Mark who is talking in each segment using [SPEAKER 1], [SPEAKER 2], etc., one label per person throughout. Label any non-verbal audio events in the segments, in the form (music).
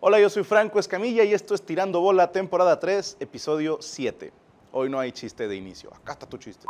[SPEAKER 1] Hola, yo soy Franco Escamilla y esto es Tirando Bola, temporada 3, episodio 7. Hoy no hay chiste de inicio. Acá está tu chiste.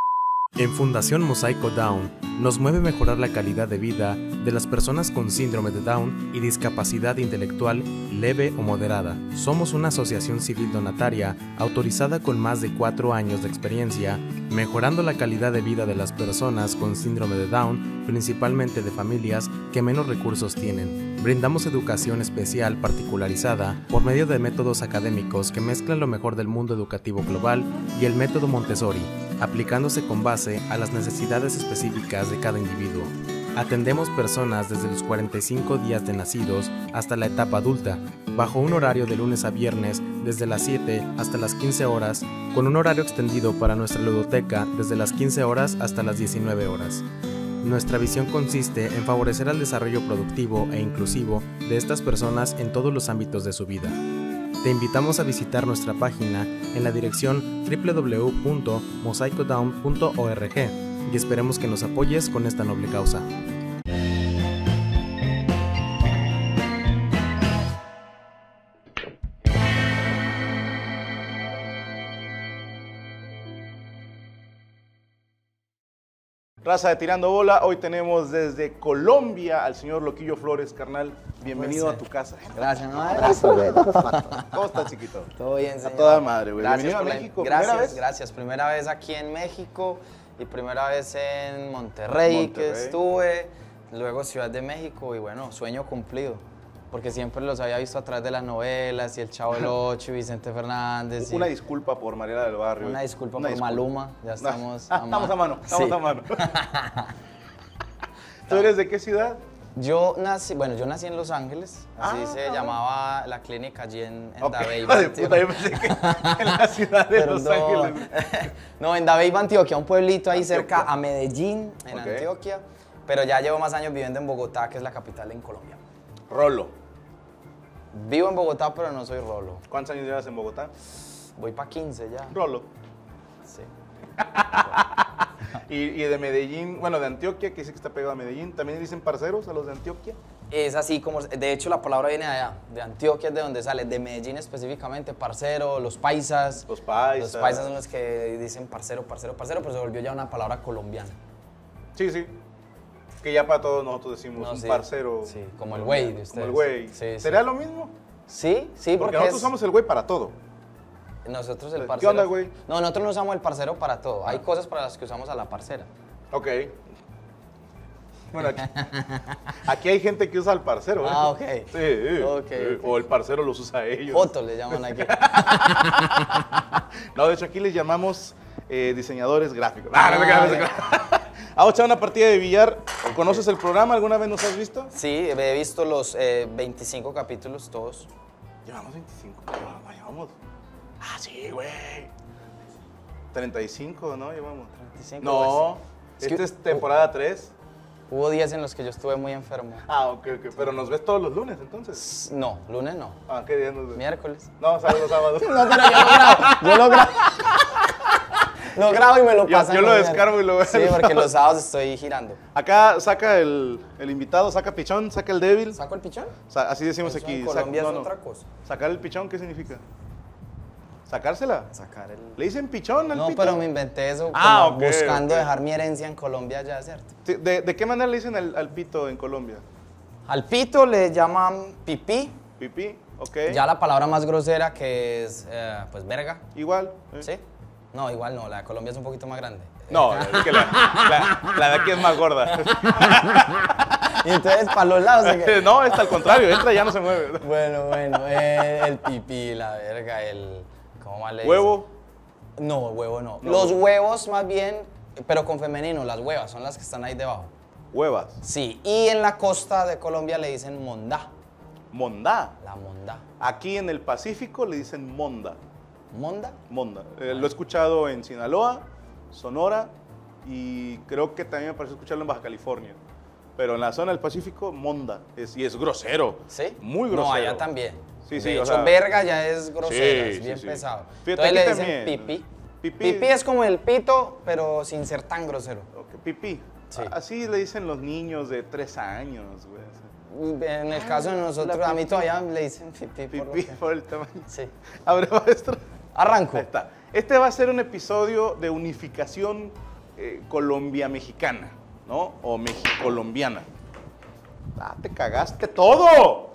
[SPEAKER 2] En Fundación Mosaico Down nos mueve mejorar la calidad de vida de las personas con síndrome de Down y discapacidad intelectual leve o moderada. Somos una asociación civil donataria autorizada con más de cuatro años de experiencia, mejorando la calidad de vida de las personas con síndrome de Down, principalmente de familias que menos recursos tienen. Brindamos educación especial particularizada por medio de métodos académicos que mezclan lo mejor del mundo educativo global y el método Montessori aplicándose con base a las necesidades específicas de cada individuo. Atendemos personas desde los 45 días de nacidos hasta la etapa adulta, bajo un horario de lunes a viernes desde las 7 hasta las 15 horas, con un horario extendido para nuestra ludoteca desde las 15 horas hasta las 19 horas. Nuestra visión consiste en favorecer al desarrollo productivo e inclusivo de estas personas en todos los ámbitos de su vida. Te invitamos a visitar nuestra página en la dirección www.mosaicodown.org y esperemos que nos apoyes con esta noble causa.
[SPEAKER 1] Raza de Tirando Bola, hoy tenemos desde Colombia al señor Loquillo Flores, carnal. Bienvenido
[SPEAKER 3] Puede
[SPEAKER 1] a
[SPEAKER 3] ser.
[SPEAKER 1] tu casa.
[SPEAKER 3] Gracias, ¿no?
[SPEAKER 1] ¿Cómo estás, chiquito?
[SPEAKER 3] Todo bien, señor.
[SPEAKER 1] toda madre, güey.
[SPEAKER 3] Gracias
[SPEAKER 1] Bienvenido a
[SPEAKER 3] por la-
[SPEAKER 1] México,
[SPEAKER 3] Gracias,
[SPEAKER 1] ¿primera vez?
[SPEAKER 3] gracias. Primera vez aquí en México y primera vez en Monterrey, que
[SPEAKER 1] Monterrey.
[SPEAKER 3] estuve, luego Ciudad de México y bueno, sueño cumplido. Porque siempre los había visto a través de las novelas y El
[SPEAKER 1] (laughs)
[SPEAKER 3] Chavo del Ocho y Vicente Fernández. y-
[SPEAKER 1] Una disculpa por Mariela del Barrio.
[SPEAKER 3] Una disculpa por Maluma,
[SPEAKER 1] (laughs)
[SPEAKER 3] ya estamos
[SPEAKER 1] Ah,
[SPEAKER 3] a mano.
[SPEAKER 1] estamos a mano, estamos
[SPEAKER 3] Sí.
[SPEAKER 1] a
[SPEAKER 3] (laughs)
[SPEAKER 1] mano. ¿Tú eres de qué ciudad?
[SPEAKER 3] Yo nací, bueno, yo nací en Los Ángeles, así
[SPEAKER 1] Ah,
[SPEAKER 3] se
[SPEAKER 1] ah,
[SPEAKER 3] llamaba la clínica allí en, en
[SPEAKER 1] Ok, (laughs)
[SPEAKER 3] Davey,
[SPEAKER 1] hijo de
[SPEAKER 3] Antioquia.
[SPEAKER 1] puta, yo pensé que en la ciudad (laughs) de Los
[SPEAKER 3] Perdón.
[SPEAKER 1] Ángeles.
[SPEAKER 3] (laughs) no, en Daveiva, Antioquia, un pueblito ahí
[SPEAKER 1] Antioquia.
[SPEAKER 3] cerca a Medellín, en
[SPEAKER 1] Ok.
[SPEAKER 3] Antioquia. Pero ya llevo más años viviendo en Bogotá, que es la capital en Colombia.
[SPEAKER 1] Rolo.
[SPEAKER 3] Vivo en Bogotá, pero no soy rolo.
[SPEAKER 1] ¿Cuántos años llevas en Bogotá?
[SPEAKER 3] Voy para 15 ya.
[SPEAKER 1] Rolo.
[SPEAKER 3] Sí.
[SPEAKER 1] Y, y de Medellín, bueno, de Antioquia, que dice que está pegado a Medellín. También dicen parceros a los de Antioquia.
[SPEAKER 3] Es así como, de hecho la palabra viene de allá, de Antioquia es de donde sale, de Medellín específicamente, parcero, los paisas.
[SPEAKER 1] Los paisas.
[SPEAKER 3] Los paisas son los que dicen parcero, parcero, parcero, pero se volvió ya una palabra colombiana.
[SPEAKER 1] Sí, sí. Que ya para todos nosotros decimos
[SPEAKER 3] No,
[SPEAKER 1] un
[SPEAKER 3] sí.
[SPEAKER 1] parcero.
[SPEAKER 3] Sí, como el güey de
[SPEAKER 1] Como el
[SPEAKER 3] ustedes.
[SPEAKER 1] güey.
[SPEAKER 3] Sí, sí.
[SPEAKER 1] ¿Será lo mismo?
[SPEAKER 3] Sí, sí,
[SPEAKER 1] Porque,
[SPEAKER 3] porque,
[SPEAKER 1] nosotros
[SPEAKER 3] es-
[SPEAKER 1] somos el güey para todo.
[SPEAKER 3] Nosotros
[SPEAKER 1] ¿Qué
[SPEAKER 3] el parcero.
[SPEAKER 1] onda, güey? Ah.
[SPEAKER 3] No, nosotros no usamos el parcero para todo. Hay cosas para las que usamos a la parcera.
[SPEAKER 1] Ok. Bueno,
[SPEAKER 3] (laughs)
[SPEAKER 1] aquí, aquí hay gente que usa al parcero. ¿eh?
[SPEAKER 3] Ah, ok.
[SPEAKER 1] Sí, sí,
[SPEAKER 3] Ok,
[SPEAKER 1] sí.
[SPEAKER 3] ok.
[SPEAKER 1] O el parcero los usa a ellos.
[SPEAKER 3] Fotos le
[SPEAKER 1] (laughs)
[SPEAKER 3] llaman aquí.
[SPEAKER 1] No, de hecho aquí les llamamos eh, diseñadores gráficos. Ah, no se crean, no se crean. (laughs) ¿Has echado una partida de billar? ¿Conoces el programa? ¿Alguna vez nos has visto?
[SPEAKER 3] Sí, he visto los eh, 25 capítulos todos.
[SPEAKER 1] Llevamos 25. Llevamos, llevamos. Ah, sí, güey. 35, ¿no? Llevamos.
[SPEAKER 3] 35,
[SPEAKER 1] No.
[SPEAKER 3] es que-
[SPEAKER 1] Esta es temporada 3.
[SPEAKER 3] Hubo días en los que yo estuve muy enfermo.
[SPEAKER 1] Ah, ok, ok. Pero nos ves todos los lunes, entonces.
[SPEAKER 3] S- No, lunes no.
[SPEAKER 1] Ah, ¿qué día nos ves?
[SPEAKER 3] Miércoles.
[SPEAKER 1] No, sábado,
[SPEAKER 3] (laughs)
[SPEAKER 1] sábado.
[SPEAKER 3] Yo lo grabo. lo grabo y me lo
[SPEAKER 1] Yo-
[SPEAKER 3] pasan.
[SPEAKER 1] yo lo
[SPEAKER 3] los
[SPEAKER 1] descargo y lo veo.
[SPEAKER 3] Sí,
[SPEAKER 1] (laughs)
[SPEAKER 3] porque los sábados estoy girando.
[SPEAKER 1] Acá saca el, el invitado, saca pichón, saca el débil.
[SPEAKER 3] ¿Saco el pichón?
[SPEAKER 1] Sa- así decimos
[SPEAKER 3] Eso
[SPEAKER 1] aquí.
[SPEAKER 3] en
[SPEAKER 1] saca-
[SPEAKER 3] Colombia
[SPEAKER 1] no,
[SPEAKER 3] es
[SPEAKER 1] no.
[SPEAKER 3] otra cosa.
[SPEAKER 1] ¿Sacar el pichón qué significa? ¿Sacársela?
[SPEAKER 3] Sacar el...
[SPEAKER 1] Le dicen pichón al
[SPEAKER 3] No,
[SPEAKER 1] pito?
[SPEAKER 3] pero me inventé eso
[SPEAKER 1] Ah,
[SPEAKER 3] como
[SPEAKER 1] ok,
[SPEAKER 3] buscando
[SPEAKER 1] ok.
[SPEAKER 3] dejar mi herencia en Colombia ya, ¿cierto?
[SPEAKER 1] Sí, ¿De, de qué manera le dicen al, al pito en Colombia?
[SPEAKER 3] Al pito le llaman pipí.
[SPEAKER 1] ¿Pipí? ¿Ok?
[SPEAKER 3] Ya la palabra más grosera que es, eh, pues, verga.
[SPEAKER 1] ¿Igual? ¿eh?
[SPEAKER 3] ¿Sí? No, igual no, la de Colombia es un poquito más grande.
[SPEAKER 1] No, es que la, la- la de aquí es más gorda.
[SPEAKER 3] (laughs)
[SPEAKER 1] (laughs)
[SPEAKER 3] Y entonces, para los lados. ¿sí que-
[SPEAKER 1] No, está al contrario, entra y ya (laughs) no se mueve.
[SPEAKER 3] Bueno, bueno, eh, el pipí, la verga, el. ¿Cómo más le dicen?
[SPEAKER 1] Huevo,
[SPEAKER 3] No, huevo no.
[SPEAKER 1] No.
[SPEAKER 3] Los huevos, más bien, pero con femenino, las huevas son las que están ahí debajo.
[SPEAKER 1] huevas,
[SPEAKER 3] Sí, y en la costa de Colombia le dicen mondá.
[SPEAKER 1] mondá.
[SPEAKER 3] La mondá.
[SPEAKER 1] Aquí en el Pacífico le dicen monda.
[SPEAKER 3] ¿Monda?
[SPEAKER 1] Monda. Eh, lo he escuchado en Sinaloa, Sonora y creo que también me pareció escucharlo en Baja California. Pero en la zona del Pacífico, monda. Es, y es grosero.
[SPEAKER 3] ¿Sí?
[SPEAKER 1] Muy grosero.
[SPEAKER 3] No, allá también.
[SPEAKER 1] Sí,
[SPEAKER 3] de
[SPEAKER 1] sí, o
[SPEAKER 3] hecho,
[SPEAKER 1] sea-
[SPEAKER 3] verga ya es grosero,
[SPEAKER 1] Sí,
[SPEAKER 3] es bien
[SPEAKER 1] sí, sí.
[SPEAKER 3] pesado.
[SPEAKER 1] Fíjate,
[SPEAKER 3] Entonces le
[SPEAKER 1] aquí
[SPEAKER 3] dicen
[SPEAKER 1] también.
[SPEAKER 3] pipí.
[SPEAKER 1] Pipí.
[SPEAKER 3] pipí. es como el pito, pero sin ser tan grosero.
[SPEAKER 1] Ok, pipí.
[SPEAKER 3] Sí.
[SPEAKER 1] Así le dicen los niños de tres años, güey.
[SPEAKER 3] En el caso de nosotros, a mí todavía le dicen pipí. por lo
[SPEAKER 1] Pipí
[SPEAKER 3] que-
[SPEAKER 1] por el tamaño. (laughs)
[SPEAKER 3] Sí.
[SPEAKER 1] Abre maestro.
[SPEAKER 3] Arranco.
[SPEAKER 1] Ahí está. Este va a ser un episodio de unificación eh, Colombia-mexicana, ¿no? O mexicolombiana. Ah, te cagaste todo.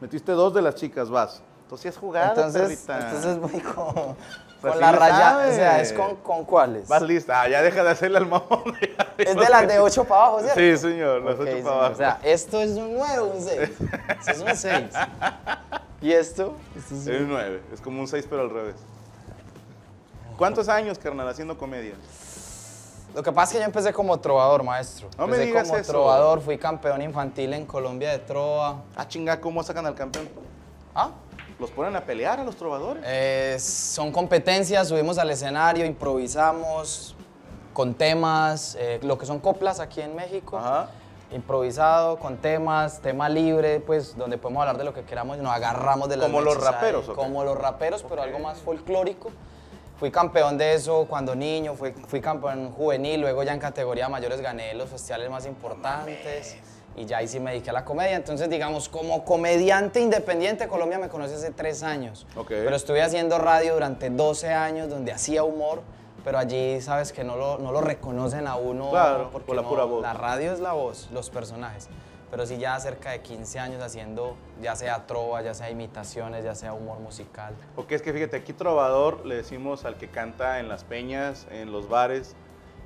[SPEAKER 1] Metiste dos de las chicas, vas. Entonces es jugada,
[SPEAKER 3] Entonces,
[SPEAKER 1] perrita.
[SPEAKER 3] entonces voy con,
[SPEAKER 1] Pues
[SPEAKER 3] con
[SPEAKER 1] sí
[SPEAKER 3] la
[SPEAKER 1] le
[SPEAKER 3] raya. O sea,
[SPEAKER 1] sabe.
[SPEAKER 3] es con, con cuáles.
[SPEAKER 1] Vas lista. Ah, ya deja de hacerle al mamón. (laughs)
[SPEAKER 3] Es de las de 8 para abajo, ¿cierto?
[SPEAKER 1] Sí, señor, las
[SPEAKER 3] Ok,
[SPEAKER 1] ocho
[SPEAKER 3] señor.
[SPEAKER 1] para abajo.
[SPEAKER 3] O sea, esto es un 9, un 6. Esto es un 6.
[SPEAKER 1] (laughs)
[SPEAKER 3] ¿Y esto? Esto es
[SPEAKER 1] Es
[SPEAKER 3] un-
[SPEAKER 1] un nueve. Es como un seis, pero al revés. ¿Cuántos años, carnal, haciendo comedia?
[SPEAKER 3] Lo que pasa es que yo empecé como trovador, maestro.
[SPEAKER 1] No me
[SPEAKER 3] empecé
[SPEAKER 1] digas
[SPEAKER 3] como
[SPEAKER 1] eso.
[SPEAKER 3] trovador, fui campeón infantil en Colombia de trova.
[SPEAKER 1] Ah, chinga, ¿cómo sacan al campeón?
[SPEAKER 3] ¿Ah?
[SPEAKER 1] ¿Los ponen a pelear a los trovadores?
[SPEAKER 3] Eh, son competencias, subimos al escenario, improvisamos con temas, eh, lo que son coplas aquí en México.
[SPEAKER 1] Ajá.
[SPEAKER 3] Improvisado, con temas, tema libre, pues donde podemos hablar de lo que queramos y nos agarramos de las
[SPEAKER 1] ¿Como los
[SPEAKER 3] mechas ahí,
[SPEAKER 1] raperos, o qué?
[SPEAKER 3] Como los raperos, pero
[SPEAKER 1] Ok.
[SPEAKER 3] algo más folclórico. Fui campeón de eso cuando niño, fui, fui campeón juvenil, luego ya en categoría mayores gané los festivales más importantes y ya ahí sí me dediqué a la comedia. Entonces, digamos, como comediante independiente, Colombia me conoce hace tres años.
[SPEAKER 1] Ok.
[SPEAKER 3] Pero estuve haciendo radio durante 12 años donde hacía humor, pero allí sabes que no lo, no lo reconocen a uno
[SPEAKER 1] Claro,
[SPEAKER 3] porque
[SPEAKER 1] por la
[SPEAKER 3] no-
[SPEAKER 1] pura voz.
[SPEAKER 3] La radio es la voz, los personajes. Pero sí ya cerca de 15 años haciendo ya sea trova, ya sea imitaciones, ya sea humor musical.
[SPEAKER 1] Porque es que fíjate, aquí trovador le decimos al que canta en las peñas, en los bares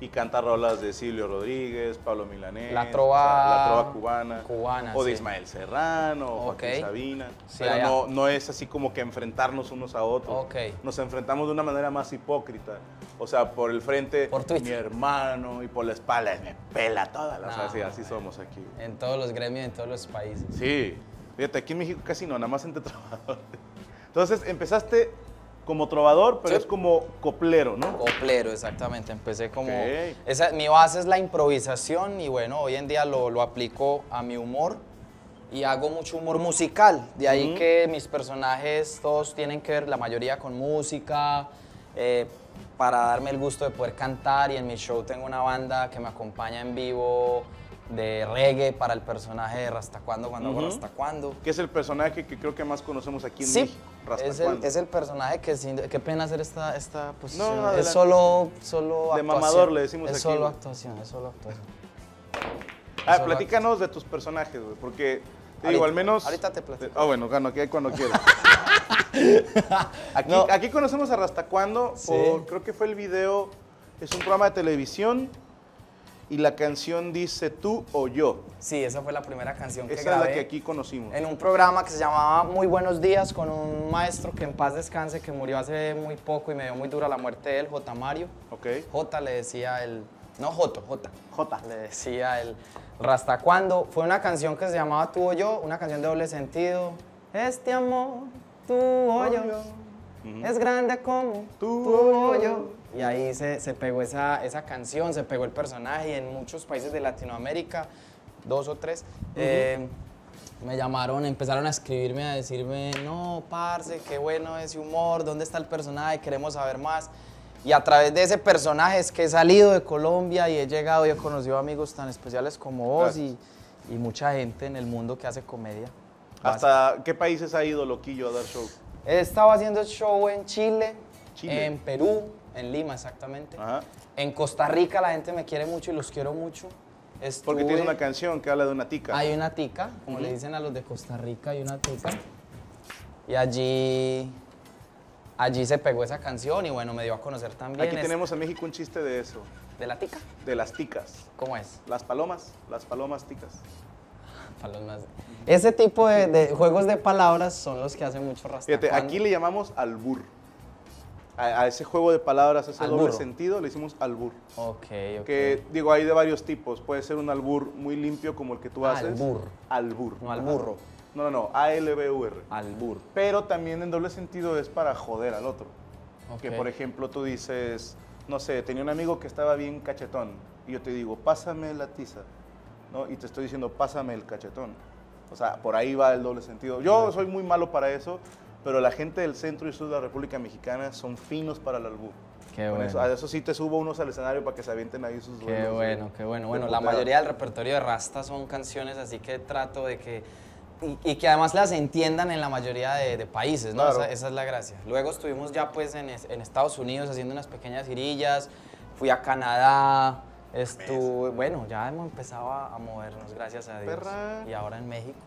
[SPEAKER 1] y canta rolas de Silvio Rodríguez, Pablo Milanés,
[SPEAKER 3] La trova-
[SPEAKER 1] la trova cubana,
[SPEAKER 3] cubana,
[SPEAKER 1] o de
[SPEAKER 3] sí.
[SPEAKER 1] Ismael Serrano, o
[SPEAKER 3] Ok.
[SPEAKER 1] Joaquín Sabina.
[SPEAKER 3] Sí,
[SPEAKER 1] Pero
[SPEAKER 3] allá.
[SPEAKER 1] no, no es así como que enfrentarnos unos a otros.
[SPEAKER 3] Ok.
[SPEAKER 1] Nos enfrentamos de una manera más hipócrita. O sea, por el frente,
[SPEAKER 3] Por Twitter.
[SPEAKER 1] mi hermano, y por la espalda, me pela toda la. o sea,
[SPEAKER 3] No,
[SPEAKER 1] sí, así somos aquí.
[SPEAKER 3] En todos los gremios, en todos los países.
[SPEAKER 1] Sí. Fíjate, aquí en México casi no, nada más entre (laughs) trovadores. Entonces, empezaste como trovador, pero
[SPEAKER 3] Sí.
[SPEAKER 1] es como coplero, ¿no?
[SPEAKER 3] Coplero, exactamente. Empecé como...
[SPEAKER 1] Ok.
[SPEAKER 3] Esa, mi base es la improvisación y bueno, hoy en día lo, lo aplico a mi humor y hago mucho humor musical. De ahí
[SPEAKER 1] Ujú.
[SPEAKER 3] que mis personajes todos tienen que ver, la mayoría con música, eh, para darme el gusto de poder cantar y en mi show tengo una banda que me acompaña en vivo de reggae para el personaje de Rastacuando cuando hago
[SPEAKER 1] Ujú.
[SPEAKER 3] Rastacuando.
[SPEAKER 1] Que es el personaje que creo que más conocemos aquí en
[SPEAKER 3] Sí,
[SPEAKER 1] México.
[SPEAKER 3] es el,
[SPEAKER 1] Rastacuando.
[SPEAKER 3] es el personaje que sin, qué pena hacer esta, esta posición.
[SPEAKER 1] adelante.
[SPEAKER 3] es solo, solo
[SPEAKER 1] De
[SPEAKER 3] actuación.
[SPEAKER 1] mamador le decimos
[SPEAKER 3] es
[SPEAKER 1] aquí,
[SPEAKER 3] solo
[SPEAKER 1] güey.
[SPEAKER 3] actuación, es
[SPEAKER 1] (laughs)
[SPEAKER 3] solo actuación.
[SPEAKER 1] Ah,
[SPEAKER 3] Solo-
[SPEAKER 1] platícanos de tus personajes, güey, porque te
[SPEAKER 3] Ahorita-
[SPEAKER 1] digo, al menos...
[SPEAKER 3] ahorita te platico.
[SPEAKER 1] Ah, bueno, bueno, aquí hay cuando
[SPEAKER 3] (laughs)
[SPEAKER 1] quieras. aquí,
[SPEAKER 3] No.
[SPEAKER 1] aquí conocemos a Rastacuando,
[SPEAKER 3] Sí.
[SPEAKER 1] por, creo que fue el video, es un programa de televisión y la canción dice tú o yo.
[SPEAKER 3] Sí, esa fue la primera canción que
[SPEAKER 1] Esa es
[SPEAKER 3] grabé.
[SPEAKER 1] la que aquí conocimos.
[SPEAKER 3] En un programa que se llamaba Muy Buenos Días con un maestro que en paz descanse, que murió hace muy poco y me dio muy dura la muerte de él, J. Mario.
[SPEAKER 1] Ok.
[SPEAKER 3] J le decía el... No, Joto, J.
[SPEAKER 1] Jota.
[SPEAKER 3] Le decía el Rastacuando. Fue una canción que se llamaba Tú o Yo, una canción de doble sentido. Este amor, tú o yo, es grande como
[SPEAKER 1] Tú
[SPEAKER 3] tú,
[SPEAKER 1] o
[SPEAKER 3] o
[SPEAKER 1] yo.
[SPEAKER 3] yo. Y ahí se, se pegó esa, esa canción, se pegó el personaje y en muchos países de Latinoamérica, dos o tres, eh, me llamaron, empezaron a escribirme, a decirme, no, parce, qué bueno ese humor, ¿dónde está el personaje? Queremos saber más. Y a través de ese personaje es que he salido de Colombia y he llegado y he conocido amigos tan especiales como vos y, y mucha gente en el mundo que hace comedia.
[SPEAKER 1] ¿Hasta qué países ha ido Loquillo a dar show?
[SPEAKER 3] He estado haciendo show en Chile,
[SPEAKER 1] Chile.
[SPEAKER 3] en Perú, en Lima exactamente.
[SPEAKER 1] Ajá.
[SPEAKER 3] En Costa Rica la gente me quiere mucho y los quiero mucho.
[SPEAKER 1] Porque
[SPEAKER 3] Estuve-
[SPEAKER 1] tienes una canción que habla de una tica.
[SPEAKER 3] Hay una tica, como le
[SPEAKER 1] Ujú.
[SPEAKER 3] dicen a los de Costa Rica, hay una tica. Y allí, allí se pegó esa canción y bueno, me dio a conocer también.
[SPEAKER 1] Aquí
[SPEAKER 3] es-
[SPEAKER 1] tenemos en México un chiste de eso,
[SPEAKER 3] ¿De la tica?
[SPEAKER 1] de las ticas.
[SPEAKER 3] ¿Cómo es?
[SPEAKER 1] Las palomas, las palomas ticas.
[SPEAKER 3] Para los más- Ese tipo de, de juegos de palabras son los que hacen mucho rastro.
[SPEAKER 1] Fíjate, aquí le llamamos albur. A, a ese juego de palabras, a ese
[SPEAKER 3] Al
[SPEAKER 1] doble
[SPEAKER 3] burro.
[SPEAKER 1] sentido, le hicimos albur.
[SPEAKER 3] Ok, ok.
[SPEAKER 1] Que digo, hay de varios tipos. Puede ser un albur muy limpio como el que tú haces.
[SPEAKER 3] Albur.
[SPEAKER 1] Albur.
[SPEAKER 3] No al burro,
[SPEAKER 1] No, no, no, A-L-B-U-R.
[SPEAKER 3] al burro.
[SPEAKER 1] Pero también en doble sentido es para joder al otro. Que
[SPEAKER 3] Ok.
[SPEAKER 1] por ejemplo tú dices, no sé, tenía un amigo que estaba bien cachetón y yo te digo, pásame la tiza, ¿no? Y te estoy diciendo, pásame el cachetón. O sea, por ahí va el doble sentido. Yo soy muy malo para eso, pero la gente del centro y sur de la República Mexicana son finos para el albur.
[SPEAKER 3] Qué
[SPEAKER 1] Con
[SPEAKER 3] bueno.
[SPEAKER 1] eso- a eso sí te subo unos al escenario para que se avienten ahí sus ¿eh?
[SPEAKER 3] Qué
[SPEAKER 1] duelos de-
[SPEAKER 3] bueno, qué bueno.
[SPEAKER 1] de
[SPEAKER 3] Bueno, la
[SPEAKER 1] puteada.
[SPEAKER 3] mayoría del repertorio de Rasta son canciones, así que trato de que. Y, y que además las entiendan en la mayoría de, de países, ¿no?
[SPEAKER 1] Claro.
[SPEAKER 3] Esa, esa es la gracia. Luego estuvimos ya pues en, es- en Estados Unidos haciendo unas pequeñas girillas, fui a Canadá, estuve, bueno, ya hemos empezado a, a movernos, gracias a Dios.
[SPEAKER 1] Perra.
[SPEAKER 3] Y ahora en México.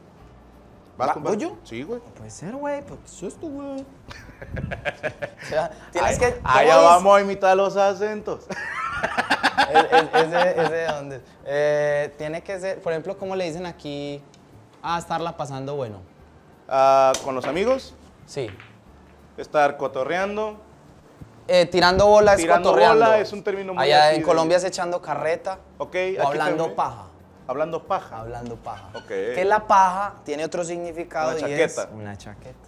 [SPEAKER 1] ¿Vas
[SPEAKER 3] ¿Va-
[SPEAKER 1] con- vas-
[SPEAKER 3] voy yo?
[SPEAKER 1] Sí, güey.
[SPEAKER 3] No puede ser, güey, pues ¿qué es esto, güey. (laughs) O sea, tienes
[SPEAKER 1] Ahí-
[SPEAKER 3] que...
[SPEAKER 1] Allá
[SPEAKER 3] ¿cómo dice?
[SPEAKER 1] vamos a imitar los acentos.
[SPEAKER 3] es, es- es de- es de donde. Eh, tiene que ser, por ejemplo, como le dicen aquí, a estarla pasando bueno.
[SPEAKER 1] Ah, con los amigos,
[SPEAKER 3] Sí.
[SPEAKER 1] estar cotorreando.
[SPEAKER 3] Eh, tirando bola es
[SPEAKER 1] Tirando
[SPEAKER 3] cotorreando.
[SPEAKER 1] bola es un término muy
[SPEAKER 3] Allá
[SPEAKER 1] así
[SPEAKER 3] en
[SPEAKER 1] de-
[SPEAKER 3] Colombia es echando carreta.
[SPEAKER 1] Ok, aquí
[SPEAKER 3] O hablando
[SPEAKER 1] también.
[SPEAKER 3] paja.
[SPEAKER 1] Hablando paja.
[SPEAKER 3] Hablando paja.
[SPEAKER 1] Ok.
[SPEAKER 3] Que la paja tiene otro significado
[SPEAKER 1] Una
[SPEAKER 3] y es
[SPEAKER 1] chaqueta.
[SPEAKER 3] una chaqueta.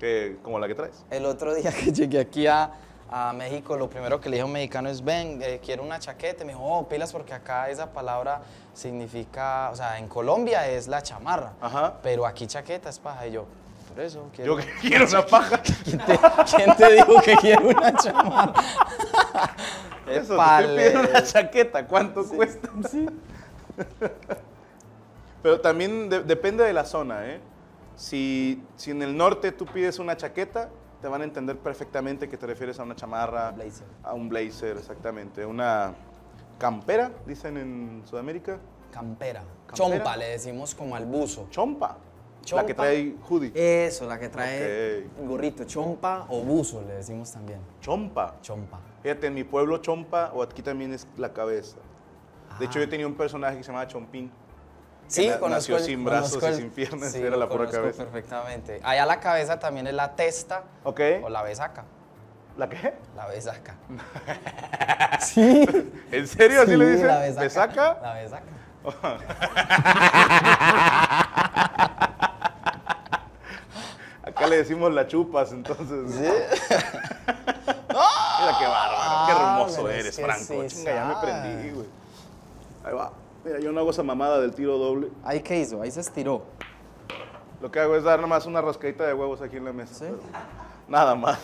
[SPEAKER 1] que- como la que traes.
[SPEAKER 3] El otro día (laughs) que llegué aquí a, a México, lo primero que le dije a un mexicano es, ven, eh, quiero una chaqueta. Y Me dijo, oh, pilas, porque acá esa palabra significa, o sea, en Colombia es la chamarra,
[SPEAKER 1] Ajá.
[SPEAKER 3] pero aquí chaqueta es paja. Y yo, por eso
[SPEAKER 1] Yo
[SPEAKER 3] quiero...
[SPEAKER 1] que (laughs) quiero una paja.
[SPEAKER 3] ¿Quién, te, (laughs) quién te dijo que quiero una chamarra?
[SPEAKER 1] Eso,
[SPEAKER 3] Qué
[SPEAKER 1] te estoy
[SPEAKER 3] pales.
[SPEAKER 1] pidiendo una chaqueta. ¿Cuánto
[SPEAKER 3] (laughs)
[SPEAKER 1] cuesta? Pero también de- depende de la zona, ¿eh? Si, si en el norte tú pides una chaqueta, te van a entender perfectamente que te refieres a una chamarra.
[SPEAKER 3] Un blazer.
[SPEAKER 1] A un blazer, exactamente. Una campera, dicen en Sudamérica.
[SPEAKER 3] Campera.
[SPEAKER 1] Campera.
[SPEAKER 3] Chompa, le decimos como al buzo.
[SPEAKER 1] Chompa. La que
[SPEAKER 3] Chompa. Eh.
[SPEAKER 1] trae hoodie.
[SPEAKER 3] Eso, la que trae
[SPEAKER 1] Ok.
[SPEAKER 3] el gorrito, chompa o buzo, le decimos también.
[SPEAKER 1] Chompa.
[SPEAKER 3] Chompa.
[SPEAKER 1] Fíjate, en mi pueblo Chompa, o aquí también es la cabeza. De
[SPEAKER 3] Ah.
[SPEAKER 1] hecho, yo tenía un personaje que se llamaba Chompín.
[SPEAKER 3] Sí,
[SPEAKER 1] na- nació
[SPEAKER 3] conozco el-
[SPEAKER 1] sin brazos y
[SPEAKER 3] conozco el-
[SPEAKER 1] sin piernas,
[SPEAKER 3] sí,
[SPEAKER 1] era
[SPEAKER 3] lo
[SPEAKER 1] la pura
[SPEAKER 3] conozco
[SPEAKER 1] cabeza.
[SPEAKER 3] perfectamente. Allá la cabeza también es la testa
[SPEAKER 1] ¿Ok?
[SPEAKER 3] o la besaca.
[SPEAKER 1] ¿La qué?
[SPEAKER 3] La besaca.
[SPEAKER 1] (laughs)
[SPEAKER 3] sí.
[SPEAKER 1] ¿En serio? ¿Así le dicen?
[SPEAKER 3] La besaca.
[SPEAKER 1] ¿Me saca?
[SPEAKER 3] La besaca.
[SPEAKER 1] Acá le decimos la chupas, entonces. (laughs) Mira qué bárbaro, qué
[SPEAKER 3] Ah,
[SPEAKER 1] hermoso
[SPEAKER 3] pero es
[SPEAKER 1] eres,
[SPEAKER 3] que
[SPEAKER 1] Franco.
[SPEAKER 3] sí
[SPEAKER 1] Chinga, ya me
[SPEAKER 3] sabe.
[SPEAKER 1] prendí, güey. Ahí va. Mira, yo no hago esa mamada del tiro doble.
[SPEAKER 3] Ahí qué hizo, ahí se estiró.
[SPEAKER 1] Lo que hago es dar nomás una rascadita de huevos aquí en la mesa.
[SPEAKER 3] ¿Sí?
[SPEAKER 1] pero nada más.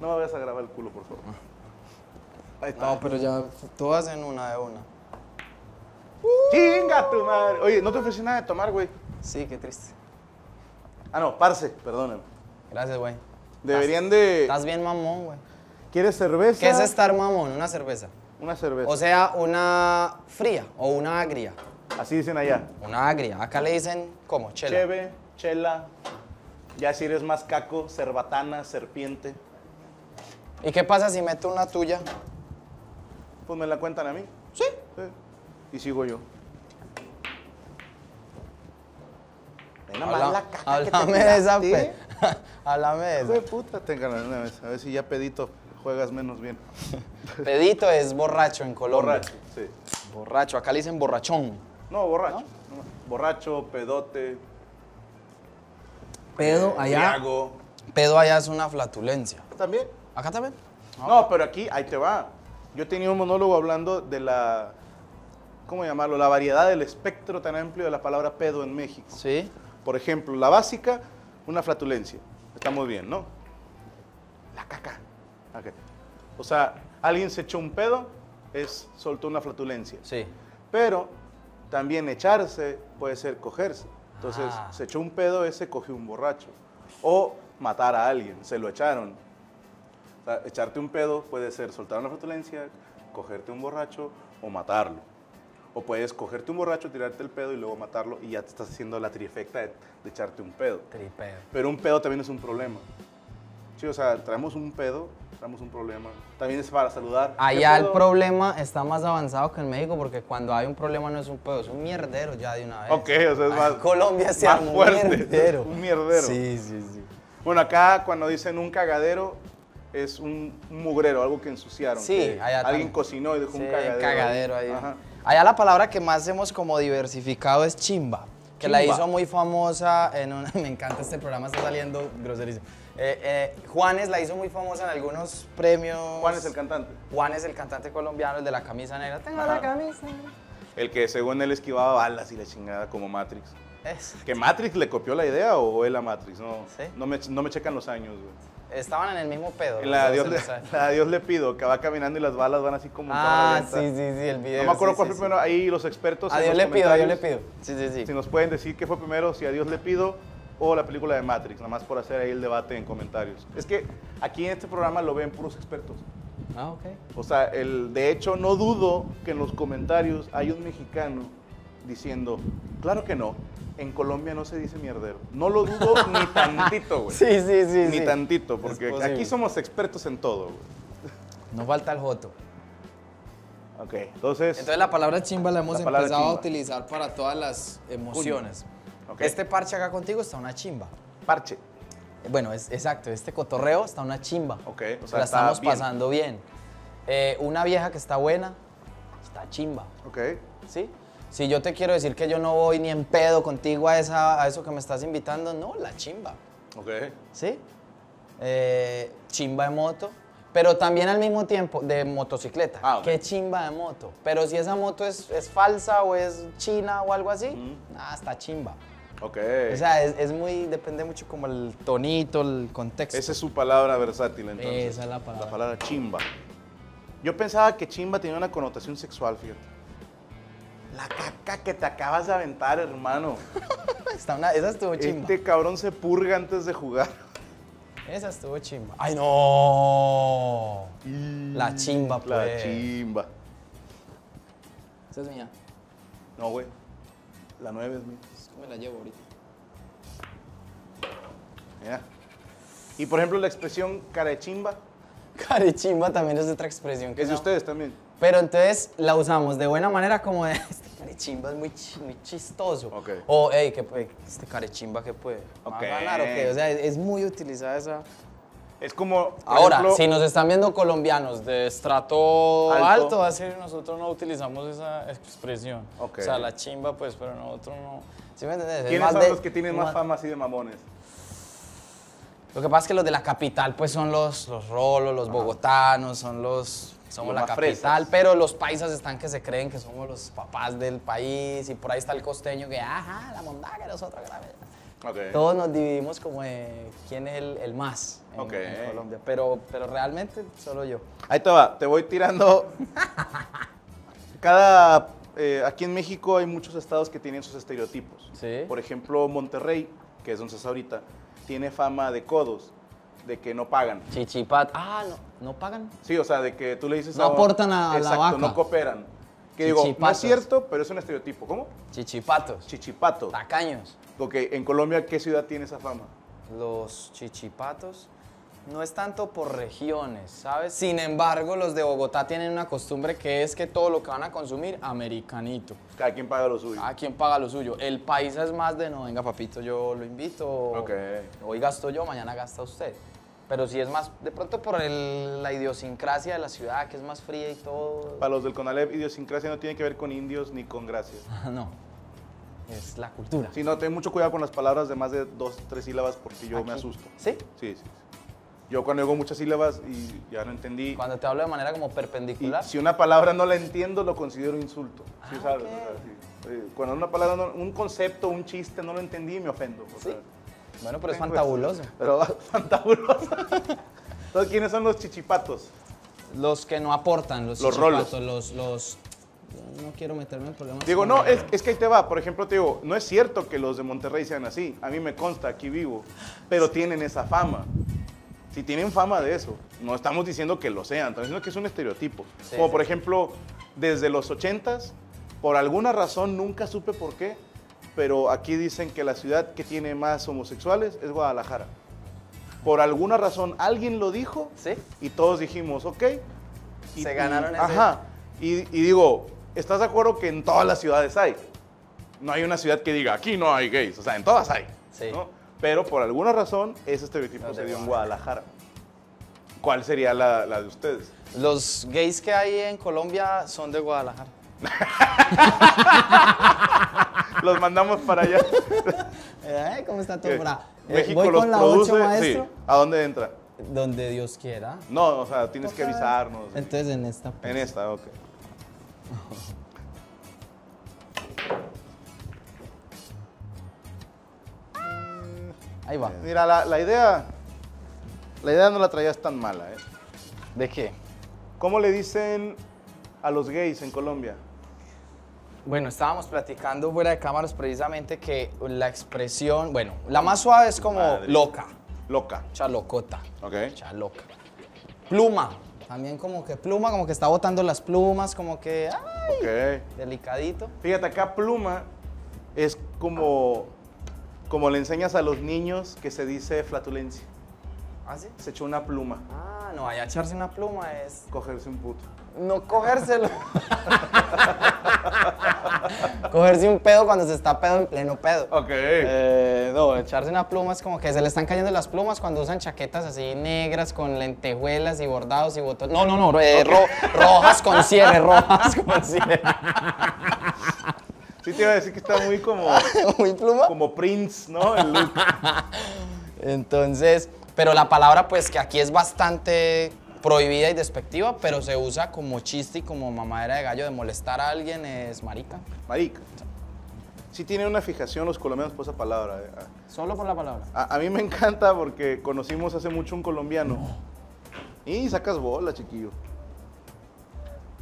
[SPEAKER 1] No me vayas a grabar el culo, por favor. Ahí está.
[SPEAKER 3] No, pero ya todas en una de una.
[SPEAKER 1] ¡Chinga tu madre! Oye, no te ofrecí nada de tomar, güey.
[SPEAKER 3] Sí, qué triste.
[SPEAKER 1] Ah, no, parce, perdóname.
[SPEAKER 3] Gracias, güey.
[SPEAKER 1] Deberían de...
[SPEAKER 3] Estás bien mamón, güey.
[SPEAKER 1] ¿Quieres cerveza?
[SPEAKER 3] ¿Qué es estar mamón? Una cerveza.
[SPEAKER 1] Una cerveza.
[SPEAKER 3] O sea, una fría o una agria.
[SPEAKER 1] Así dicen allá.
[SPEAKER 3] Una agria. Acá le dicen, ¿cómo? Chela.
[SPEAKER 1] Cheve, chela. Ya si eres más caco, cerbatana, serpiente.
[SPEAKER 3] ¿Y qué pasa si meto una tuya?
[SPEAKER 1] Pues me la cuentan a mí.
[SPEAKER 3] Sí.
[SPEAKER 1] Sí. Y sigo yo. Ven nomás
[SPEAKER 3] Habla-
[SPEAKER 1] la caca que te
[SPEAKER 3] háblame de esa,
[SPEAKER 1] tiraste.
[SPEAKER 3] pe. (laughs) háblame de
[SPEAKER 1] Hijo de
[SPEAKER 3] esa.
[SPEAKER 1] puta, tengan una vez. A ver si ya pedito juegas menos bien.
[SPEAKER 3] Pedito es borracho en Colombia.
[SPEAKER 1] Borracho, sí.
[SPEAKER 3] Borracho. Acá le dicen borrachón.
[SPEAKER 1] No, borracho. Borracho, pedote,
[SPEAKER 3] Pedo
[SPEAKER 1] Tiago.
[SPEAKER 3] Pedo allá es una flatulencia.
[SPEAKER 1] También.
[SPEAKER 3] Acá también.
[SPEAKER 1] No, pero aquí, ahí te va. Yo tenía un monólogo hablando de la, ¿cómo llamarlo? La variedad del espectro tan amplio de la palabra pedo en México.
[SPEAKER 3] Sí.
[SPEAKER 1] Por ejemplo, la básica, una flatulencia. Estamos bien, ¿no? La caca. Ok. O sea, alguien se echó un pedo, es soltó una flatulencia.
[SPEAKER 3] Sí.
[SPEAKER 1] Pero también echarse puede ser cogerse. Entonces,
[SPEAKER 3] Ah.
[SPEAKER 1] se echó un pedo, ese cogió un borracho. O matar a alguien, se lo echaron. O sea, echarte un pedo puede ser soltar una flatulencia, cogerte un borracho o matarlo. O puedes cogerte un borracho, tirarte el pedo y luego matarlo y ya te estás haciendo la trifecta de, de echarte un pedo.
[SPEAKER 3] Tripeo.
[SPEAKER 1] Pero un pedo también es un problema. Sí, o sea, traemos un pedo, traemos un problema. También es para saludar. ¿Qué
[SPEAKER 3] Allá el
[SPEAKER 1] pedo?
[SPEAKER 3] problema está más avanzado que en México porque cuando hay un problema no es un pedo, es un mierdero ya de una vez.
[SPEAKER 1] Ok, o sea, es
[SPEAKER 3] Ay,
[SPEAKER 1] más-
[SPEAKER 3] Colombia se
[SPEAKER 1] más
[SPEAKER 3] armó
[SPEAKER 1] fuerte,
[SPEAKER 3] un mierdero.
[SPEAKER 1] un mierdero.
[SPEAKER 3] Sí, sí, sí.
[SPEAKER 1] Bueno, acá cuando dicen un cagadero es un un mugrero, algo que ensuciaron.
[SPEAKER 3] Sí,
[SPEAKER 1] que
[SPEAKER 3] allá
[SPEAKER 1] Alguien
[SPEAKER 3] también.
[SPEAKER 1] cocinó y dejó
[SPEAKER 3] Sí,
[SPEAKER 1] un cagadero.
[SPEAKER 3] ahí.
[SPEAKER 1] Ajá.
[SPEAKER 3] Allá la palabra que más hemos como diversificado es chimba, que la
[SPEAKER 1] Chimba.
[SPEAKER 3] hizo muy famosa en una... (laughs) Me encanta este programa, está saliendo groserísimo. Eh, eh, Juanes la hizo muy famosa en algunos premios.
[SPEAKER 1] Juan es el cantante.
[SPEAKER 3] Juanes, el cantante colombiano, el de la camisa negra. Tengo
[SPEAKER 1] Ajá.
[SPEAKER 3] la camisa negra.
[SPEAKER 1] El que según él esquivaba balas y la chingada como Matrix.
[SPEAKER 3] Es-
[SPEAKER 1] ¿Que Matrix le copió la idea o él a Matrix? No,
[SPEAKER 3] Sí.
[SPEAKER 1] no, me, no me checan los años, güey.
[SPEAKER 3] Estaban en el mismo pedo.
[SPEAKER 1] En la, de
[SPEAKER 3] los
[SPEAKER 1] Dios
[SPEAKER 3] dos
[SPEAKER 1] le,
[SPEAKER 3] en
[SPEAKER 1] (laughs)
[SPEAKER 3] los-
[SPEAKER 1] la de Dios le pido, que va caminando y las balas van así como... en
[SPEAKER 3] Ah,
[SPEAKER 1] cámara
[SPEAKER 3] sí, sí,
[SPEAKER 1] lenta.
[SPEAKER 3] sí, el video.
[SPEAKER 1] No me acuerdo
[SPEAKER 3] sí,
[SPEAKER 1] cuál fue
[SPEAKER 3] sí, sí.
[SPEAKER 1] primero. Ahí los expertos... en
[SPEAKER 3] A Dios
[SPEAKER 1] los
[SPEAKER 3] le pido, a Dios le
[SPEAKER 1] comentarios,
[SPEAKER 3] pido. Sí, sí,
[SPEAKER 1] Si
[SPEAKER 3] sí.
[SPEAKER 1] nos pueden decir qué fue primero, si a Dios le pido o la película de Matrix, nada más por hacer ahí el debate en comentarios. Es que aquí en este programa lo ven puros expertos.
[SPEAKER 3] Ah, ok.
[SPEAKER 1] O sea, el, de hecho, no dudo que en los comentarios hay un mexicano diciendo, claro que no, en Colombia no se dice mierdero. No lo dudo
[SPEAKER 3] (laughs)
[SPEAKER 1] ni tantito, güey.
[SPEAKER 3] Sí, sí, sí.
[SPEAKER 1] ni
[SPEAKER 3] sí.
[SPEAKER 1] tantito,
[SPEAKER 3] Es
[SPEAKER 1] porque
[SPEAKER 3] posible.
[SPEAKER 1] aquí somos expertos en todo, güey.
[SPEAKER 3] No falta el joto.
[SPEAKER 1] Ok, entonces...
[SPEAKER 3] Entonces la palabra chimba la hemos
[SPEAKER 1] La palabra
[SPEAKER 3] empezado a
[SPEAKER 1] chimba.
[SPEAKER 3] utilizar para todas las emociones.
[SPEAKER 1] Ok.
[SPEAKER 3] Este parche acá contigo está una chimba. Eh,
[SPEAKER 1] parche.
[SPEAKER 3] Bueno, es, exacto, este cotorreo está una chimba.
[SPEAKER 1] Ok, o sea, está
[SPEAKER 3] la estamos
[SPEAKER 1] bien.
[SPEAKER 3] pasando bien. Eh, una vieja que está buena, está chimba,
[SPEAKER 1] Ok.
[SPEAKER 3] ¿sí? Si yo te quiero decir que yo no voy ni en pedo contigo a, esa, a eso que me estás invitando, no, la chimba,
[SPEAKER 1] Ok.
[SPEAKER 3] ¿sí? Eh, chimba de moto, pero también al mismo tiempo de motocicleta.
[SPEAKER 1] Ah, ok.
[SPEAKER 3] Qué chimba de moto. Pero si esa moto es, es falsa o es china o algo así, ah, está chimba.
[SPEAKER 1] Ok.
[SPEAKER 3] O sea, es, es muy, depende mucho como el tonito, el contexto.
[SPEAKER 1] Esa es su palabra versátil, entonces.
[SPEAKER 3] Esa es la palabra.
[SPEAKER 1] La palabra chimba. Yo pensaba que chimba tenía una connotación sexual, fíjate. La caca que te acabas de aventar, hermano.
[SPEAKER 3] Ah, Está una- esa estuvo chimba.
[SPEAKER 1] Este cabrón se purga antes de jugar.
[SPEAKER 3] Esa estuvo chimba. ¡Ay, no! (laughs) La chimba,
[SPEAKER 1] La
[SPEAKER 3] pues.
[SPEAKER 1] chimba.
[SPEAKER 3] Esa es mía.
[SPEAKER 1] No, güey. La nueve es mía.
[SPEAKER 3] Me la llevo ahorita.
[SPEAKER 1] Mira. Y por ejemplo, la expresión cara de chimba
[SPEAKER 3] Carechimba también es otra expresión que
[SPEAKER 1] es de
[SPEAKER 3] no.
[SPEAKER 1] ustedes también.
[SPEAKER 3] Pero entonces la usamos de buena manera como de... (laughs) Este carechimba es muy, chi- muy chistoso.
[SPEAKER 1] Ok.
[SPEAKER 3] O, hey, que puede... Este carechimba que puede... ¿Va a
[SPEAKER 1] Ok.
[SPEAKER 3] ganar o qué? O sea, es, es muy utilizada esa...
[SPEAKER 1] Es como. por
[SPEAKER 3] Ahora,
[SPEAKER 1] ejemplo,
[SPEAKER 3] si nos están viendo colombianos de estrato
[SPEAKER 1] Alto.
[SPEAKER 3] alto, así nosotros no utilizamos esa expresión.
[SPEAKER 1] Ok.
[SPEAKER 3] O sea, la chimba, pues, pero nosotros no. ¿Sí me entendés? Es
[SPEAKER 1] ¿Quiénes
[SPEAKER 3] más
[SPEAKER 1] son
[SPEAKER 3] de-
[SPEAKER 1] los que tienen más
[SPEAKER 3] ma-
[SPEAKER 1] fama así de mamones?
[SPEAKER 3] Lo que pasa es que los de la capital, pues, son los, los rolos, los bogotanos, son los. Somos
[SPEAKER 1] Los
[SPEAKER 3] la
[SPEAKER 1] más
[SPEAKER 3] capital,
[SPEAKER 1] fresas.
[SPEAKER 3] pero los paisas están que se creen que somos los papás del país y por ahí está el costeño que, ajá, la mondá que nosotros que la
[SPEAKER 1] Ok.
[SPEAKER 3] Todos nos dividimos como de quién es el, el más en,
[SPEAKER 1] Ok.
[SPEAKER 3] en Colombia, pero, pero realmente solo yo.
[SPEAKER 1] Ahí te va, te voy tirando. Cada. eh, aquí en México hay muchos estados que tienen sus estereotipos.
[SPEAKER 3] Sí.
[SPEAKER 1] Por ejemplo, Monterrey, que es donde estás ahorita, tiene fama de codos, de que no pagan.
[SPEAKER 3] Chichipat. Ah, no, no pagan.
[SPEAKER 1] Sí, o sea, de que tú le dices.
[SPEAKER 3] No aportan a la
[SPEAKER 1] Exacto,
[SPEAKER 3] vaca.
[SPEAKER 1] no cooperan. Que digo, no es
[SPEAKER 3] Chichipatos.
[SPEAKER 1] cierto, pero es un estereotipo. ¿Cómo?
[SPEAKER 3] Chichipatos.
[SPEAKER 1] Chichipato.
[SPEAKER 3] Tacaños.
[SPEAKER 1] Ok, en Colombia, ¿qué ciudad tiene esa fama?
[SPEAKER 3] Los chichipatos no es tanto por regiones, ¿sabes? Sin embargo, los de Bogotá tienen una costumbre que es que todo lo que van a consumir, americanito.
[SPEAKER 1] Cada quien paga lo suyo.
[SPEAKER 3] ¿A quien paga lo suyo? El país es más de no, venga papito, yo lo invito.
[SPEAKER 1] Ok.
[SPEAKER 3] Hoy gasto yo, mañana gasta usted. Pero si es más, de pronto por el- la idiosincrasia de la ciudad, que es más fría y todo.
[SPEAKER 1] Para los del Conalep, idiosincrasia no tiene que ver con indios ni con gracias.
[SPEAKER 3] (laughs) no. Es la cultura.
[SPEAKER 1] Sí, no, ten mucho cuidado con las palabras de más de dos, tres sílabas porque yo me
[SPEAKER 3] Aquí.
[SPEAKER 1] asusto.
[SPEAKER 3] ¿Sí?
[SPEAKER 1] Sí, sí. sí. Yo cuando digo muchas sílabas y ya no entendí.
[SPEAKER 3] Cuando te hablo de manera como
[SPEAKER 1] Y
[SPEAKER 3] perpendicular.
[SPEAKER 1] si una palabra no la entiendo, lo considero insulto. Sí,
[SPEAKER 3] Ah,
[SPEAKER 1] sabes.
[SPEAKER 3] ok.
[SPEAKER 1] O sea, sí. Eh, Cuando una palabra, no- un concepto, un chiste no lo entendí, me ofendo. o sea,
[SPEAKER 3] Bueno, pero
[SPEAKER 1] (laughs) pues,
[SPEAKER 3] es fantabuloso.
[SPEAKER 1] pero (laughs) fantabuloso. Entonces, ¿quiénes son los chichipatos?
[SPEAKER 3] Los que no aportan, los
[SPEAKER 1] Los
[SPEAKER 3] chichipatos, Los, los. yo No quiero meterme en problemas.
[SPEAKER 1] Digo,
[SPEAKER 3] con-
[SPEAKER 1] no, es, es que ahí te va. Por ejemplo, te digo, no es cierto que los de Monterrey sean así. A mí me consta, aquí vivo. Pero tienen esa fama. Si tienen fama de eso, no estamos diciendo que lo sean, estamos diciendo que es un estereotipo.
[SPEAKER 3] Sí,
[SPEAKER 1] Como
[SPEAKER 3] sí.
[SPEAKER 1] por ejemplo, desde los 80s, por alguna razón, nunca supe por qué, pero aquí dicen que la ciudad que tiene más homosexuales es Guadalajara. Por alguna razón, alguien lo dijo
[SPEAKER 3] ¿Sí?
[SPEAKER 1] y todos dijimos, ok. Y-
[SPEAKER 3] Se ganaron
[SPEAKER 1] y-
[SPEAKER 3] ese-
[SPEAKER 1] Ajá. Y, y digo, ¿estás de acuerdo que en todas las ciudades hay? No hay una ciudad que diga, aquí no hay gays. O sea, en todas hay.
[SPEAKER 3] Sí.
[SPEAKER 1] ¿no? Pero por alguna razón, ese estereotipo
[SPEAKER 3] Los
[SPEAKER 1] se
[SPEAKER 3] de
[SPEAKER 1] dio en Guadalajara. ¿Cuál sería la, la de ustedes?
[SPEAKER 3] Los gays que hay en Colombia son de Guadalajara.
[SPEAKER 1] Los mandamos para
[SPEAKER 3] (laughs)
[SPEAKER 1] allá.
[SPEAKER 3] Eh, ¿Cómo está todo
[SPEAKER 1] Eh,
[SPEAKER 3] por acá? Eh,
[SPEAKER 1] México
[SPEAKER 3] voy
[SPEAKER 1] los
[SPEAKER 3] con la
[SPEAKER 1] produce.
[SPEAKER 3] 8,
[SPEAKER 1] sí.
[SPEAKER 3] maestro.
[SPEAKER 1] ¿A dónde entra?
[SPEAKER 3] Donde Dios quiera.
[SPEAKER 1] No, o sea, tienes que
[SPEAKER 3] Otra vez.
[SPEAKER 1] avisarnos. sí.
[SPEAKER 3] Entonces en esta. pues.
[SPEAKER 1] En esta, ok.
[SPEAKER 3] Ahí va.
[SPEAKER 1] Mira, la, la idea. La idea no la traías tan mala, ¿eh?
[SPEAKER 3] ¿De qué?
[SPEAKER 1] ¿Cómo le dicen a los gays en Colombia?
[SPEAKER 3] Bueno, estábamos platicando fuera de cámaras precisamente que la expresión, bueno, la más suave es como
[SPEAKER 1] Madre.
[SPEAKER 3] loca,
[SPEAKER 1] Loca.
[SPEAKER 3] charlocota,
[SPEAKER 1] Ok.
[SPEAKER 3] charloca. Pluma, también como que pluma, como que está botando las plumas, como que ah,
[SPEAKER 1] Ok.
[SPEAKER 3] delicadito.
[SPEAKER 1] Fíjate, acá pluma es como, como le enseñas a los niños que se dice flatulencia.
[SPEAKER 3] ¿Ah, sí?
[SPEAKER 1] Se echó una pluma,
[SPEAKER 3] Ah, no, allá echarse una pluma es
[SPEAKER 1] cogerse un puto.
[SPEAKER 3] no cogérselo. Cogerse un pedo cuando se está pedo en pleno pedo.
[SPEAKER 1] Ok.
[SPEAKER 3] Eh, no, echarse una pluma es como que se le están cayendo las plumas cuando usan chaquetas así negras con lentejuelas y bordados y botones. No, no, no, eh, ro- rojas con cierre, rojas con cierre. (laughs)
[SPEAKER 1] Sí te iba a decir que está muy como,
[SPEAKER 3] Muy pluma.
[SPEAKER 1] como Prince, ¿no? El (laughs) look.
[SPEAKER 3] Entonces, pero la palabra pues que aquí es bastante prohibida y despectiva, pero se usa como chiste y como mamadera de gallo de molestar a alguien es marica.
[SPEAKER 1] Marica. Sí tienen una fijación los colombianos por esa palabra. eh.
[SPEAKER 3] Solo por la palabra.
[SPEAKER 1] A, a mí me encanta porque conocimos hace mucho un colombiano. Y sacas bola, chiquillo.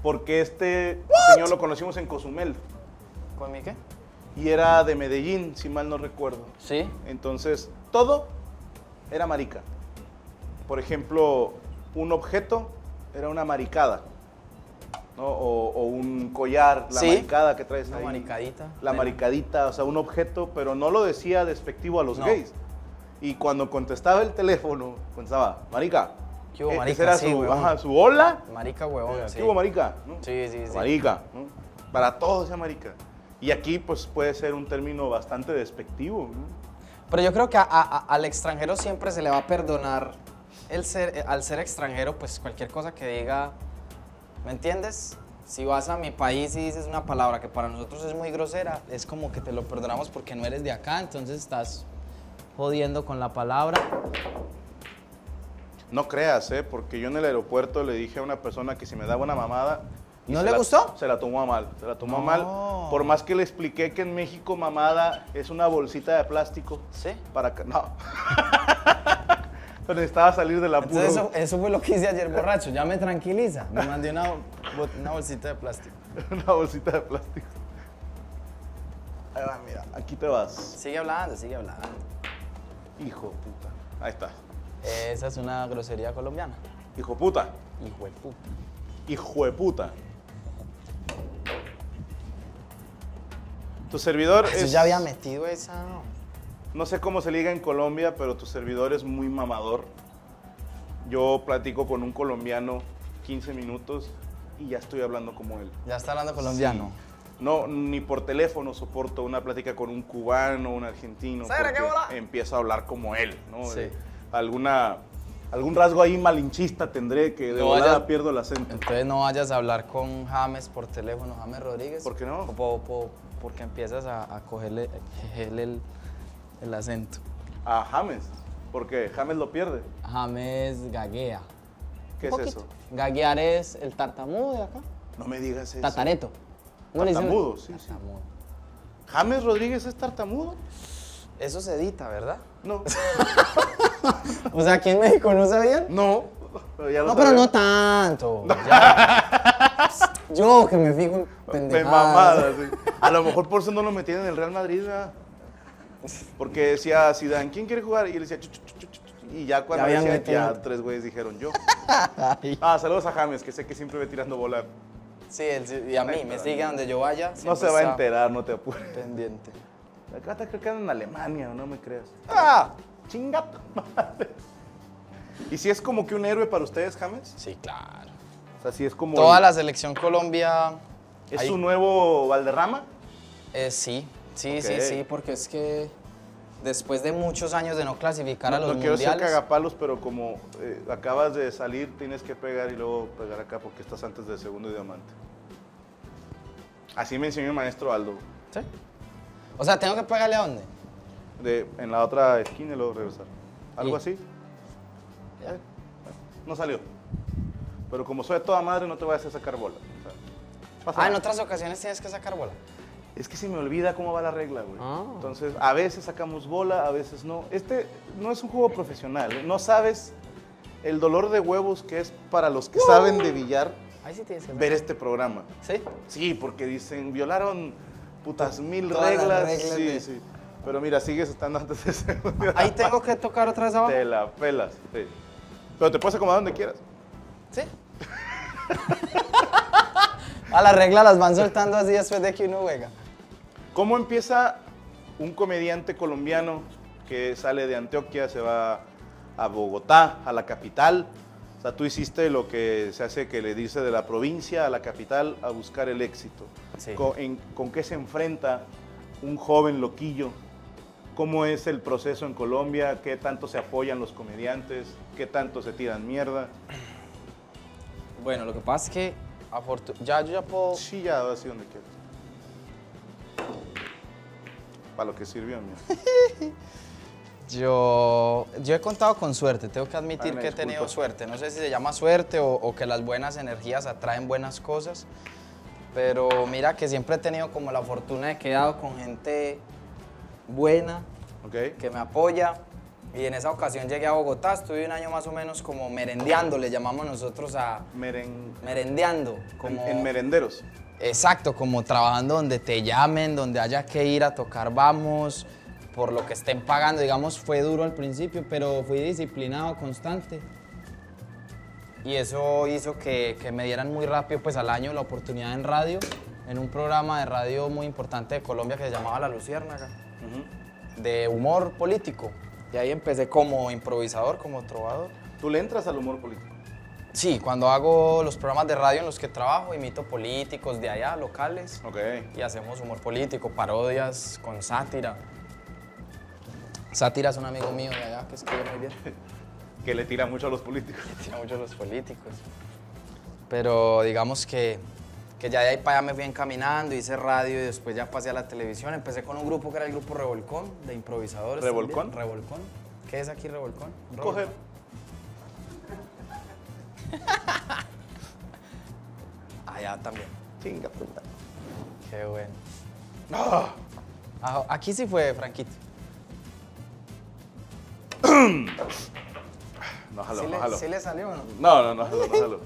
[SPEAKER 1] Porque este señor lo conocimos en Cozumel.
[SPEAKER 3] ¿Con mi qué?
[SPEAKER 1] Y era de Medellín, si mal no recuerdo.
[SPEAKER 3] Sí.
[SPEAKER 1] Entonces, todo era marica. Por ejemplo, un objeto era una maricada. ¿no? O, o un collar, la
[SPEAKER 3] Sí.
[SPEAKER 1] maricada que traes
[SPEAKER 3] Una
[SPEAKER 1] ahí.
[SPEAKER 3] maricadita.
[SPEAKER 1] La
[SPEAKER 3] Bueno.
[SPEAKER 1] maricadita, o sea, un objeto, pero no lo decía despectivo a los
[SPEAKER 3] No.
[SPEAKER 1] gays. Y cuando contestaba el teléfono, contestaba, marica.
[SPEAKER 3] ¿Qué hubo,
[SPEAKER 1] Eh,
[SPEAKER 3] marica?
[SPEAKER 1] Esa era
[SPEAKER 3] Sí,
[SPEAKER 1] su,
[SPEAKER 3] huevón.
[SPEAKER 1] ajá, su hola.
[SPEAKER 3] Marica huevón, sí.
[SPEAKER 1] ¿Qué hubo, marica? ¿no?
[SPEAKER 3] Sí, sí, sí.
[SPEAKER 1] Marica. ¿no? Para todos sea marica. Y aquí, pues, puede ser un término bastante despectivo. ¿no?
[SPEAKER 3] Pero yo creo que a- a- al extranjero siempre se le va a perdonar el ser, eh, al ser extranjero, pues cualquier cosa que diga, ¿me entiendes? Si vas a mi país y dices una palabra que para nosotros es muy grosera, es como que te lo perdonamos porque no eres de acá, entonces estás jodiendo con la palabra.
[SPEAKER 1] No creas, ¿eh? Porque yo en el aeropuerto le dije a una persona que si me daba una mamada... y
[SPEAKER 3] ¿No
[SPEAKER 1] se
[SPEAKER 3] le
[SPEAKER 1] la-
[SPEAKER 3] gustó?
[SPEAKER 1] Se la tomó a mal, se la tomó a
[SPEAKER 3] No.
[SPEAKER 1] mal. Por más que le expliqué que en México mamada es una bolsita de plástico.
[SPEAKER 3] ¿Sí?
[SPEAKER 1] Para que... No. (laughs) Pero necesitaba salir del apuro.
[SPEAKER 3] Entonces eso, eso fue lo que hice ayer borracho, ya me tranquiliza. Me mandé una, bot- una bolsita de plástico.
[SPEAKER 1] (laughs) una bolsita de plástico. Ahí va, mira, aquí te vas.
[SPEAKER 3] Sigue hablando, sigue hablando.
[SPEAKER 1] Hijo de puta. Ahí está.
[SPEAKER 3] Esa es una grosería colombiana.
[SPEAKER 1] Hijo de puta.
[SPEAKER 3] Hijo de puta.
[SPEAKER 1] Hijo de puta. Tu servidor
[SPEAKER 3] Eso
[SPEAKER 1] es...
[SPEAKER 3] Ah, ya había metido esa.
[SPEAKER 1] No sé cómo se liga en Colombia, pero tu servidor es muy mamador. Yo platico con un colombiano 15 minutos y ya estoy hablando como él.
[SPEAKER 3] Ya está hablando colombiano.
[SPEAKER 1] No, ni por teléfono soporto una plática con un cubano, un argentino.
[SPEAKER 3] ¿Sabe
[SPEAKER 1] porque
[SPEAKER 3] qué bola?
[SPEAKER 1] Empiezo a hablar como él, ¿no?
[SPEAKER 3] Sí.
[SPEAKER 1] Eh, Alguna, algún rasgo ahí malinchista tendré que de
[SPEAKER 3] No,
[SPEAKER 1] volada
[SPEAKER 3] ya-
[SPEAKER 1] pierdo el acento.
[SPEAKER 3] Entonces no vayas a hablar con James por teléfono, James Rodríguez.
[SPEAKER 1] ¿Por qué no?
[SPEAKER 3] O po- po- porque empiezas a, a cogerle, cogerle el, el acento.
[SPEAKER 1] A James, porque James lo pierde.
[SPEAKER 3] James gaguea.
[SPEAKER 1] ¿Qué
[SPEAKER 3] Un
[SPEAKER 1] es
[SPEAKER 3] poquito.
[SPEAKER 1] eso?
[SPEAKER 3] Gaguear es el tartamudo de acá.
[SPEAKER 1] No me digas eso.
[SPEAKER 3] Tatareto.
[SPEAKER 1] Tartamudo, sí, sí.
[SPEAKER 3] Tartamudo.
[SPEAKER 1] ¿James Rodríguez es tartamudo?
[SPEAKER 3] Eso se edita, ¿verdad? (laughs)
[SPEAKER 1] No.
[SPEAKER 3] O sea, aquí en México no sabían.
[SPEAKER 1] No. ya lo
[SPEAKER 3] No, pero
[SPEAKER 1] sabía.
[SPEAKER 3] no tanto. ya. Yo que
[SPEAKER 1] (laughs)
[SPEAKER 3] me fijo en
[SPEAKER 1] De
[SPEAKER 3] pendejadas.
[SPEAKER 1] mamada, sí. A lo mejor por eso no lo metían en el Real Madrid, ¿verdad? Porque decía Zidane, ¿quién quiere jugar? Y él decía, "Chu, chu, chu, chu, chu". y ya
[SPEAKER 3] Ya
[SPEAKER 1] cuando
[SPEAKER 3] habían
[SPEAKER 1] decía, ya
[SPEAKER 3] metido.
[SPEAKER 1] tres güeyes dijeron
[SPEAKER 3] (laughs)
[SPEAKER 1] yo. Ah, saludos a James, que sé que siempre ve tirando bola.
[SPEAKER 3] Sí, él sí- y a mí, me sigue a donde yo vaya.
[SPEAKER 1] No
[SPEAKER 3] siempre
[SPEAKER 1] se va a
[SPEAKER 3] está
[SPEAKER 1] enterar, no te apures.
[SPEAKER 3] Pendiente.
[SPEAKER 1] Acá está creo que andan en Alemania, no me creas.
[SPEAKER 3] ¡Ah!
[SPEAKER 1] Chingato, (laughs) madre. ¿Y si es como que un héroe para ustedes, James?
[SPEAKER 3] Sí, claro.
[SPEAKER 1] O sea, si es como...
[SPEAKER 3] Toda
[SPEAKER 1] el-
[SPEAKER 3] la selección Colombia.
[SPEAKER 1] ¿Es
[SPEAKER 3] ahí-
[SPEAKER 1] su nuevo Valderrama?
[SPEAKER 3] eh, sí, sí,
[SPEAKER 1] Ok.
[SPEAKER 3] sí, sí, porque es que después de muchos años de no clasificar a
[SPEAKER 1] no,
[SPEAKER 3] los
[SPEAKER 1] no quiero ser
[SPEAKER 3] mundiales.
[SPEAKER 1] cagapalos, pero como eh, acabas de salir, tienes que pegar y luego pegar acá porque estás antes del segundo diamante. Así me enseñó mi maestro Aldo.
[SPEAKER 3] ¿Sí? O sea, tengo que pegarle a dónde?
[SPEAKER 1] De, en la otra esquina y luego regresar. Algo
[SPEAKER 3] Y-
[SPEAKER 1] así. Eh, No salió. Pero como soy de toda madre, no te voy a hacer sacar bola. O sea, pasa
[SPEAKER 3] Ah, en
[SPEAKER 1] nada.
[SPEAKER 3] otras ocasiones tienes que sacar bola.
[SPEAKER 1] es que se me olvida cómo va la regla, güey.
[SPEAKER 3] Ah.
[SPEAKER 1] Entonces, a veces sacamos bola, a veces no. Este no es un juego profesional, ¿eh? no sabes el dolor de huevos que es para los que saben de billar
[SPEAKER 3] Ahí sí tienes que
[SPEAKER 1] ver este programa.
[SPEAKER 3] ¿Sí?
[SPEAKER 1] Sí, porque dicen, violaron putas mil
[SPEAKER 3] Todas las
[SPEAKER 1] reglas.
[SPEAKER 3] reglas
[SPEAKER 1] sí,
[SPEAKER 3] de-
[SPEAKER 1] sí. Pero mira, sigues estando antes de ser.
[SPEAKER 3] Ahí tengo que tocar otra vez
[SPEAKER 1] (laughs)
[SPEAKER 3] abajo.
[SPEAKER 1] Te la pelas, sí. Pero te puedes acomodar donde quieras.
[SPEAKER 3] Sí. A la regla las van soltando así después de que uno juega.
[SPEAKER 1] ¿Cómo empieza un comediante colombiano que sale de Antioquia, se va a Bogotá, a la capital? O sea, tú hiciste lo que se hace que le dice de la provincia a la capital a buscar el éxito.
[SPEAKER 3] Sí.
[SPEAKER 1] ¿Con, en- con qué se enfrenta un joven loquillo? ¿Cómo es el proceso en Colombia? ¿Qué tanto se apoyan los comediantes? ¿Qué tanto se tiran mierda?
[SPEAKER 3] Bueno, lo que pasa es que afortu- ya yo ya puedo.
[SPEAKER 1] Sí, ya, así donde quieras. Para lo que sirvió, mira.
[SPEAKER 3] Yo, yo he contado con suerte, tengo que admitir
[SPEAKER 1] Ay, Ah, me
[SPEAKER 3] que he tenido
[SPEAKER 1] disculpo.
[SPEAKER 3] suerte. No sé si se llama suerte o, o que las buenas energías atraen buenas cosas, pero mira que siempre he tenido como la fortuna de que he dado con gente buena,
[SPEAKER 1] ¿Ok?
[SPEAKER 3] que me apoya. Y en esa ocasión llegué a Bogotá, estuve un año más o menos como merendeando, le llamamos nosotros a
[SPEAKER 1] Meren-
[SPEAKER 3] merendeando. Como,
[SPEAKER 1] En, en merenderos.
[SPEAKER 3] Exacto, como trabajando donde te llamen, donde haya que ir a tocar, vamos, por lo que estén pagando. Digamos, fue duro al principio, pero fui disciplinado, constante. Y eso hizo que, que me dieran muy rápido, pues al año, la oportunidad en radio, en un programa de radio muy importante de Colombia que se llamaba La Luciérnaga, de humor político. Y ahí empecé como improvisador, como trovador.
[SPEAKER 1] Tú le entras al humor político.
[SPEAKER 3] Sí, cuando hago los programas de radio en los que trabajo, imito políticos de allá, locales
[SPEAKER 1] Ok.
[SPEAKER 3] y hacemos humor político, parodias con sátira. Sátira es un amigo mío de allá que escribe muy bien, (laughs)
[SPEAKER 1] Que le tira mucho a los políticos.
[SPEAKER 3] tiene mucho a los políticos. Pero digamos que, que ya de ahí para allá me fui encaminando, hice radio y después ya pasé a la televisión. Empecé con un grupo que era el grupo Revolcón, de improvisadores. también.
[SPEAKER 1] ¿Revolcón?
[SPEAKER 3] Revolcón. ¿Qué es aquí Revolcón? Un
[SPEAKER 1] Coger.
[SPEAKER 3] revolcón. Allá Ah, también.
[SPEAKER 1] Chinga puta.
[SPEAKER 3] Qué bueno. Ah, Aquí sí fue Franquito.
[SPEAKER 1] No jalo,
[SPEAKER 3] ¿Sí
[SPEAKER 1] no
[SPEAKER 3] le,
[SPEAKER 1] jalo.
[SPEAKER 3] sí le salió o no?
[SPEAKER 1] No, no, no jalo, no jalo.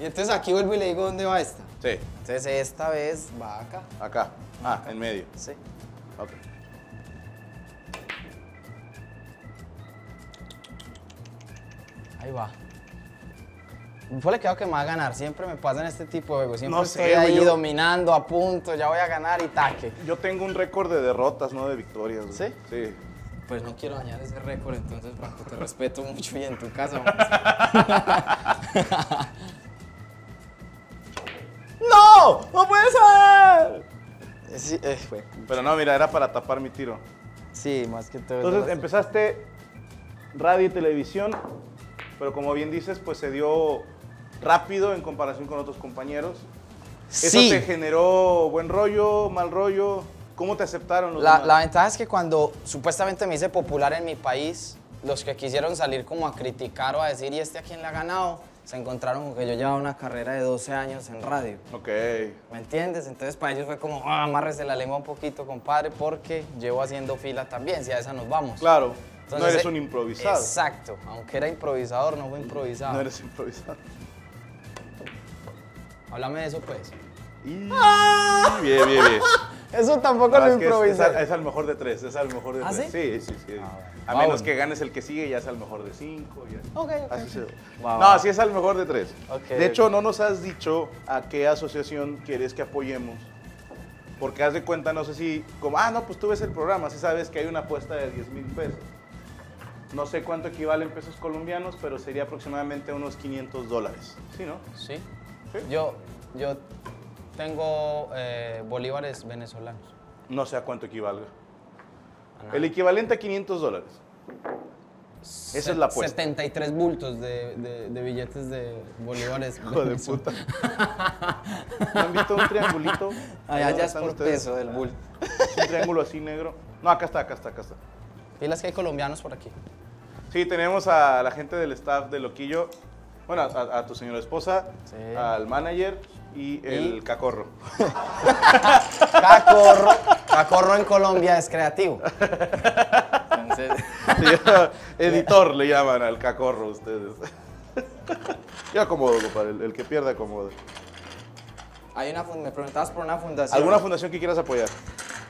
[SPEAKER 3] Y entonces aquí vuelvo y le digo dónde va esta.
[SPEAKER 1] Sí,
[SPEAKER 3] Entonces esta vez va acá.
[SPEAKER 1] acá. Ah, en medio.
[SPEAKER 3] Sí.
[SPEAKER 1] Ok.
[SPEAKER 3] Ahí va. Fue le creo que me va a ganar. Siempre me pasan este tipo de juegos. Siempre
[SPEAKER 1] No sé,
[SPEAKER 3] estoy ahí
[SPEAKER 1] güey, yo-
[SPEAKER 3] dominando, a punto, ya voy a ganar y taque.
[SPEAKER 1] Yo tengo un récord de derrotas, no de victorias. güey.
[SPEAKER 3] ¿Sí?
[SPEAKER 1] Sí.
[SPEAKER 3] Pues no quiero dañar ese récord, entonces, Franco, te respeto mucho y en tu casa. (laughs) ¡No! ¡No puede ser! Sí, eh, fue.
[SPEAKER 1] Pero no, mira, era para tapar mi tiro.
[SPEAKER 3] sí, más que todo.
[SPEAKER 1] Entonces empezaste radio y televisión, pero como bien dices, pues se dio rápido en comparación con otros compañeros. ¿Eso
[SPEAKER 3] Sí.
[SPEAKER 1] te generó buen rollo, mal rollo? ¿Cómo te aceptaron los
[SPEAKER 3] La,
[SPEAKER 1] demás?
[SPEAKER 3] la ventaja es que cuando supuestamente me hice popular en mi país, los que quisieron salir como a criticar o a decir, ¿y este a quién le ha ganado? Se encontraron con que yo llevaba una carrera de 12 años en radio.
[SPEAKER 1] Ok.
[SPEAKER 3] ¿Me entiendes? Entonces para ellos fue como, ah, amárrese la lengua un poquito, compadre, porque llevo haciendo fila también, si a esa nos vamos.
[SPEAKER 1] Claro. no
[SPEAKER 3] Entonces,
[SPEAKER 1] eres
[SPEAKER 3] eh,
[SPEAKER 1] un improvisado.
[SPEAKER 3] Exacto. Aunque era improvisador, no fue improvisado.
[SPEAKER 1] No eres improvisado.
[SPEAKER 3] Háblame de eso, pues.
[SPEAKER 1] Y- Bien, bien,
[SPEAKER 3] (laughs)
[SPEAKER 1] bien.
[SPEAKER 3] Eso tampoco
[SPEAKER 1] Ah,
[SPEAKER 3] Ah. lo
[SPEAKER 1] es que es- es,
[SPEAKER 3] improvisé.
[SPEAKER 1] al- es al mejor de tres, es al mejor de
[SPEAKER 3] ¿Ah,
[SPEAKER 1] tres. Sí, sí, sí.
[SPEAKER 3] bueno.
[SPEAKER 1] A
[SPEAKER 3] Ah,
[SPEAKER 1] menos
[SPEAKER 3] bueno.
[SPEAKER 1] que ganes el que sigue, ya es al mejor de cinco. ya-
[SPEAKER 3] Ok, ok,
[SPEAKER 1] Así
[SPEAKER 3] ok.
[SPEAKER 1] se-
[SPEAKER 3] Va,
[SPEAKER 1] Ah, No,
[SPEAKER 3] va.
[SPEAKER 1] sí es al mejor de tres.
[SPEAKER 3] Ok,
[SPEAKER 1] de hecho,
[SPEAKER 3] ok.
[SPEAKER 1] no nos has dicho a qué asociación quieres que apoyemos. Porque haz de cuenta, no sé si, como, ah, no, pues tú ves el programa, sí sabes que hay una apuesta de 10 mil pesos. No sé cuánto equivalen pesos colombianos, pero sería aproximadamente unos 500 dólares. ¿Sí, no?
[SPEAKER 3] Sí.
[SPEAKER 1] Sí.
[SPEAKER 3] Yo, yo tengo eh, bolívares venezolanos.
[SPEAKER 1] No sé a cuánto equivalga.
[SPEAKER 3] Ah, no.
[SPEAKER 1] El equivalente a 500 dólares. Esa es la apuesta.
[SPEAKER 3] 73 bultos de, de- de billetes de bolívares.
[SPEAKER 1] (laughs) Hijo de
[SPEAKER 3] (laughs)
[SPEAKER 1] puta. ¿No ¿Han visto un triangulito?
[SPEAKER 3] Allá
[SPEAKER 1] Ahí
[SPEAKER 3] Ah, ya es
[SPEAKER 1] están
[SPEAKER 3] por
[SPEAKER 1] ustedes.
[SPEAKER 3] peso del bulto.
[SPEAKER 1] Es Un triángulo así negro. No, acá está, acá está, acá está.
[SPEAKER 3] Pilas que hay colombianos por aquí.
[SPEAKER 1] Sí, tenemos a la gente del staff de Loquillo. Bueno, a, a tu señora esposa,
[SPEAKER 3] Sí.
[SPEAKER 1] al manager, y el cacorro. (laughs)
[SPEAKER 3] Cacorro, cacorro en Colombia es creativo. Entonces,
[SPEAKER 1] Se llama- (laughs) Editor le llaman al cacorro ustedes. (laughs) Yo acomodo, compadre. El, el que pierda acomodo.
[SPEAKER 3] hay una fun- me preguntabas por una fundación.
[SPEAKER 1] ¿Alguna fundación que quieras apoyar?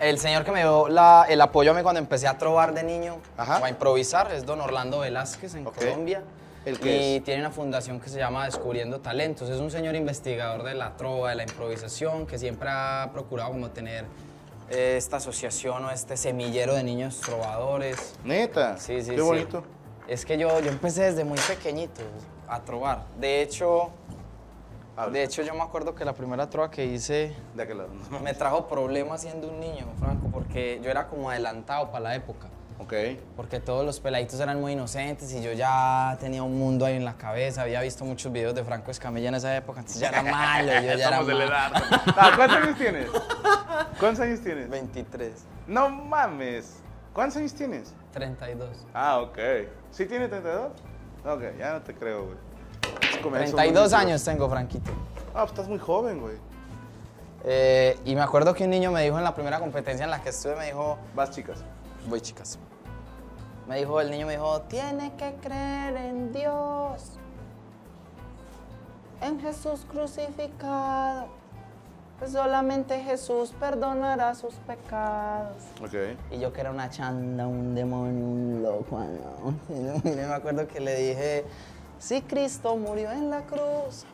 [SPEAKER 3] El señor que me dio la- el apoyo a mí cuando empecé a trobar de niño
[SPEAKER 1] Ajá.
[SPEAKER 3] o a improvisar es don Orlando Velázquez en
[SPEAKER 1] Ok.
[SPEAKER 3] Colombia.
[SPEAKER 1] ¿El
[SPEAKER 3] y
[SPEAKER 1] qué
[SPEAKER 3] tiene una fundación que se llama Descubriendo Talentos. Es un señor investigador de la trova, de la improvisación, que siempre ha procurado como tener eh, esta asociación o este semillero de niños trovadores.
[SPEAKER 1] Neta.
[SPEAKER 3] Sí, sí,
[SPEAKER 1] Qué
[SPEAKER 3] sí.
[SPEAKER 1] bonito.
[SPEAKER 3] Es que yo, yo empecé desde muy pequeñito a trobar. De hecho,
[SPEAKER 1] Habla.
[SPEAKER 3] de hecho yo me acuerdo que la primera trova que hice
[SPEAKER 1] De aquel lado.
[SPEAKER 3] me trajo problemas siendo un niño, Franco, porque yo era como adelantado para la época.
[SPEAKER 1] Ok.
[SPEAKER 3] Porque todos los peladitos eran muy inocentes y yo ya tenía un mundo ahí en la cabeza. Había visto muchos videos de Franco Escamilla en esa época, entonces
[SPEAKER 1] (laughs)
[SPEAKER 3] ya era malo. Yo ya era
[SPEAKER 1] Estamos de la
[SPEAKER 3] malo.
[SPEAKER 1] edad. Ah, ¿Cuántos años tienes? ¿Cuántos años tienes?
[SPEAKER 3] 23,
[SPEAKER 1] No mames. ¿Cuántos años tienes?
[SPEAKER 3] 32.
[SPEAKER 1] Ah, ok. ¿Sí tiene 32? Ok, ya no te creo, güey. Es como- es un
[SPEAKER 3] 32
[SPEAKER 1] buen-
[SPEAKER 3] años tengo, Franquito.
[SPEAKER 1] Ah, pues estás muy joven, güey.
[SPEAKER 3] Eh, y me acuerdo que un niño me dijo en la primera competencia en la que estuve, me dijo,
[SPEAKER 1] Vas, chicas.
[SPEAKER 3] Voy, chicas. Me dijo, el niño me dijo, tiene que creer en Dios. En Jesús crucificado. Pues Solamente Jesús perdonará sus pecados.
[SPEAKER 1] Ok.
[SPEAKER 3] Y yo que era una chanda, un demonio, un loco, ah, ¿no? (laughs) Y yo, mire, me acuerdo que le dije, si Cristo murió en la cruz,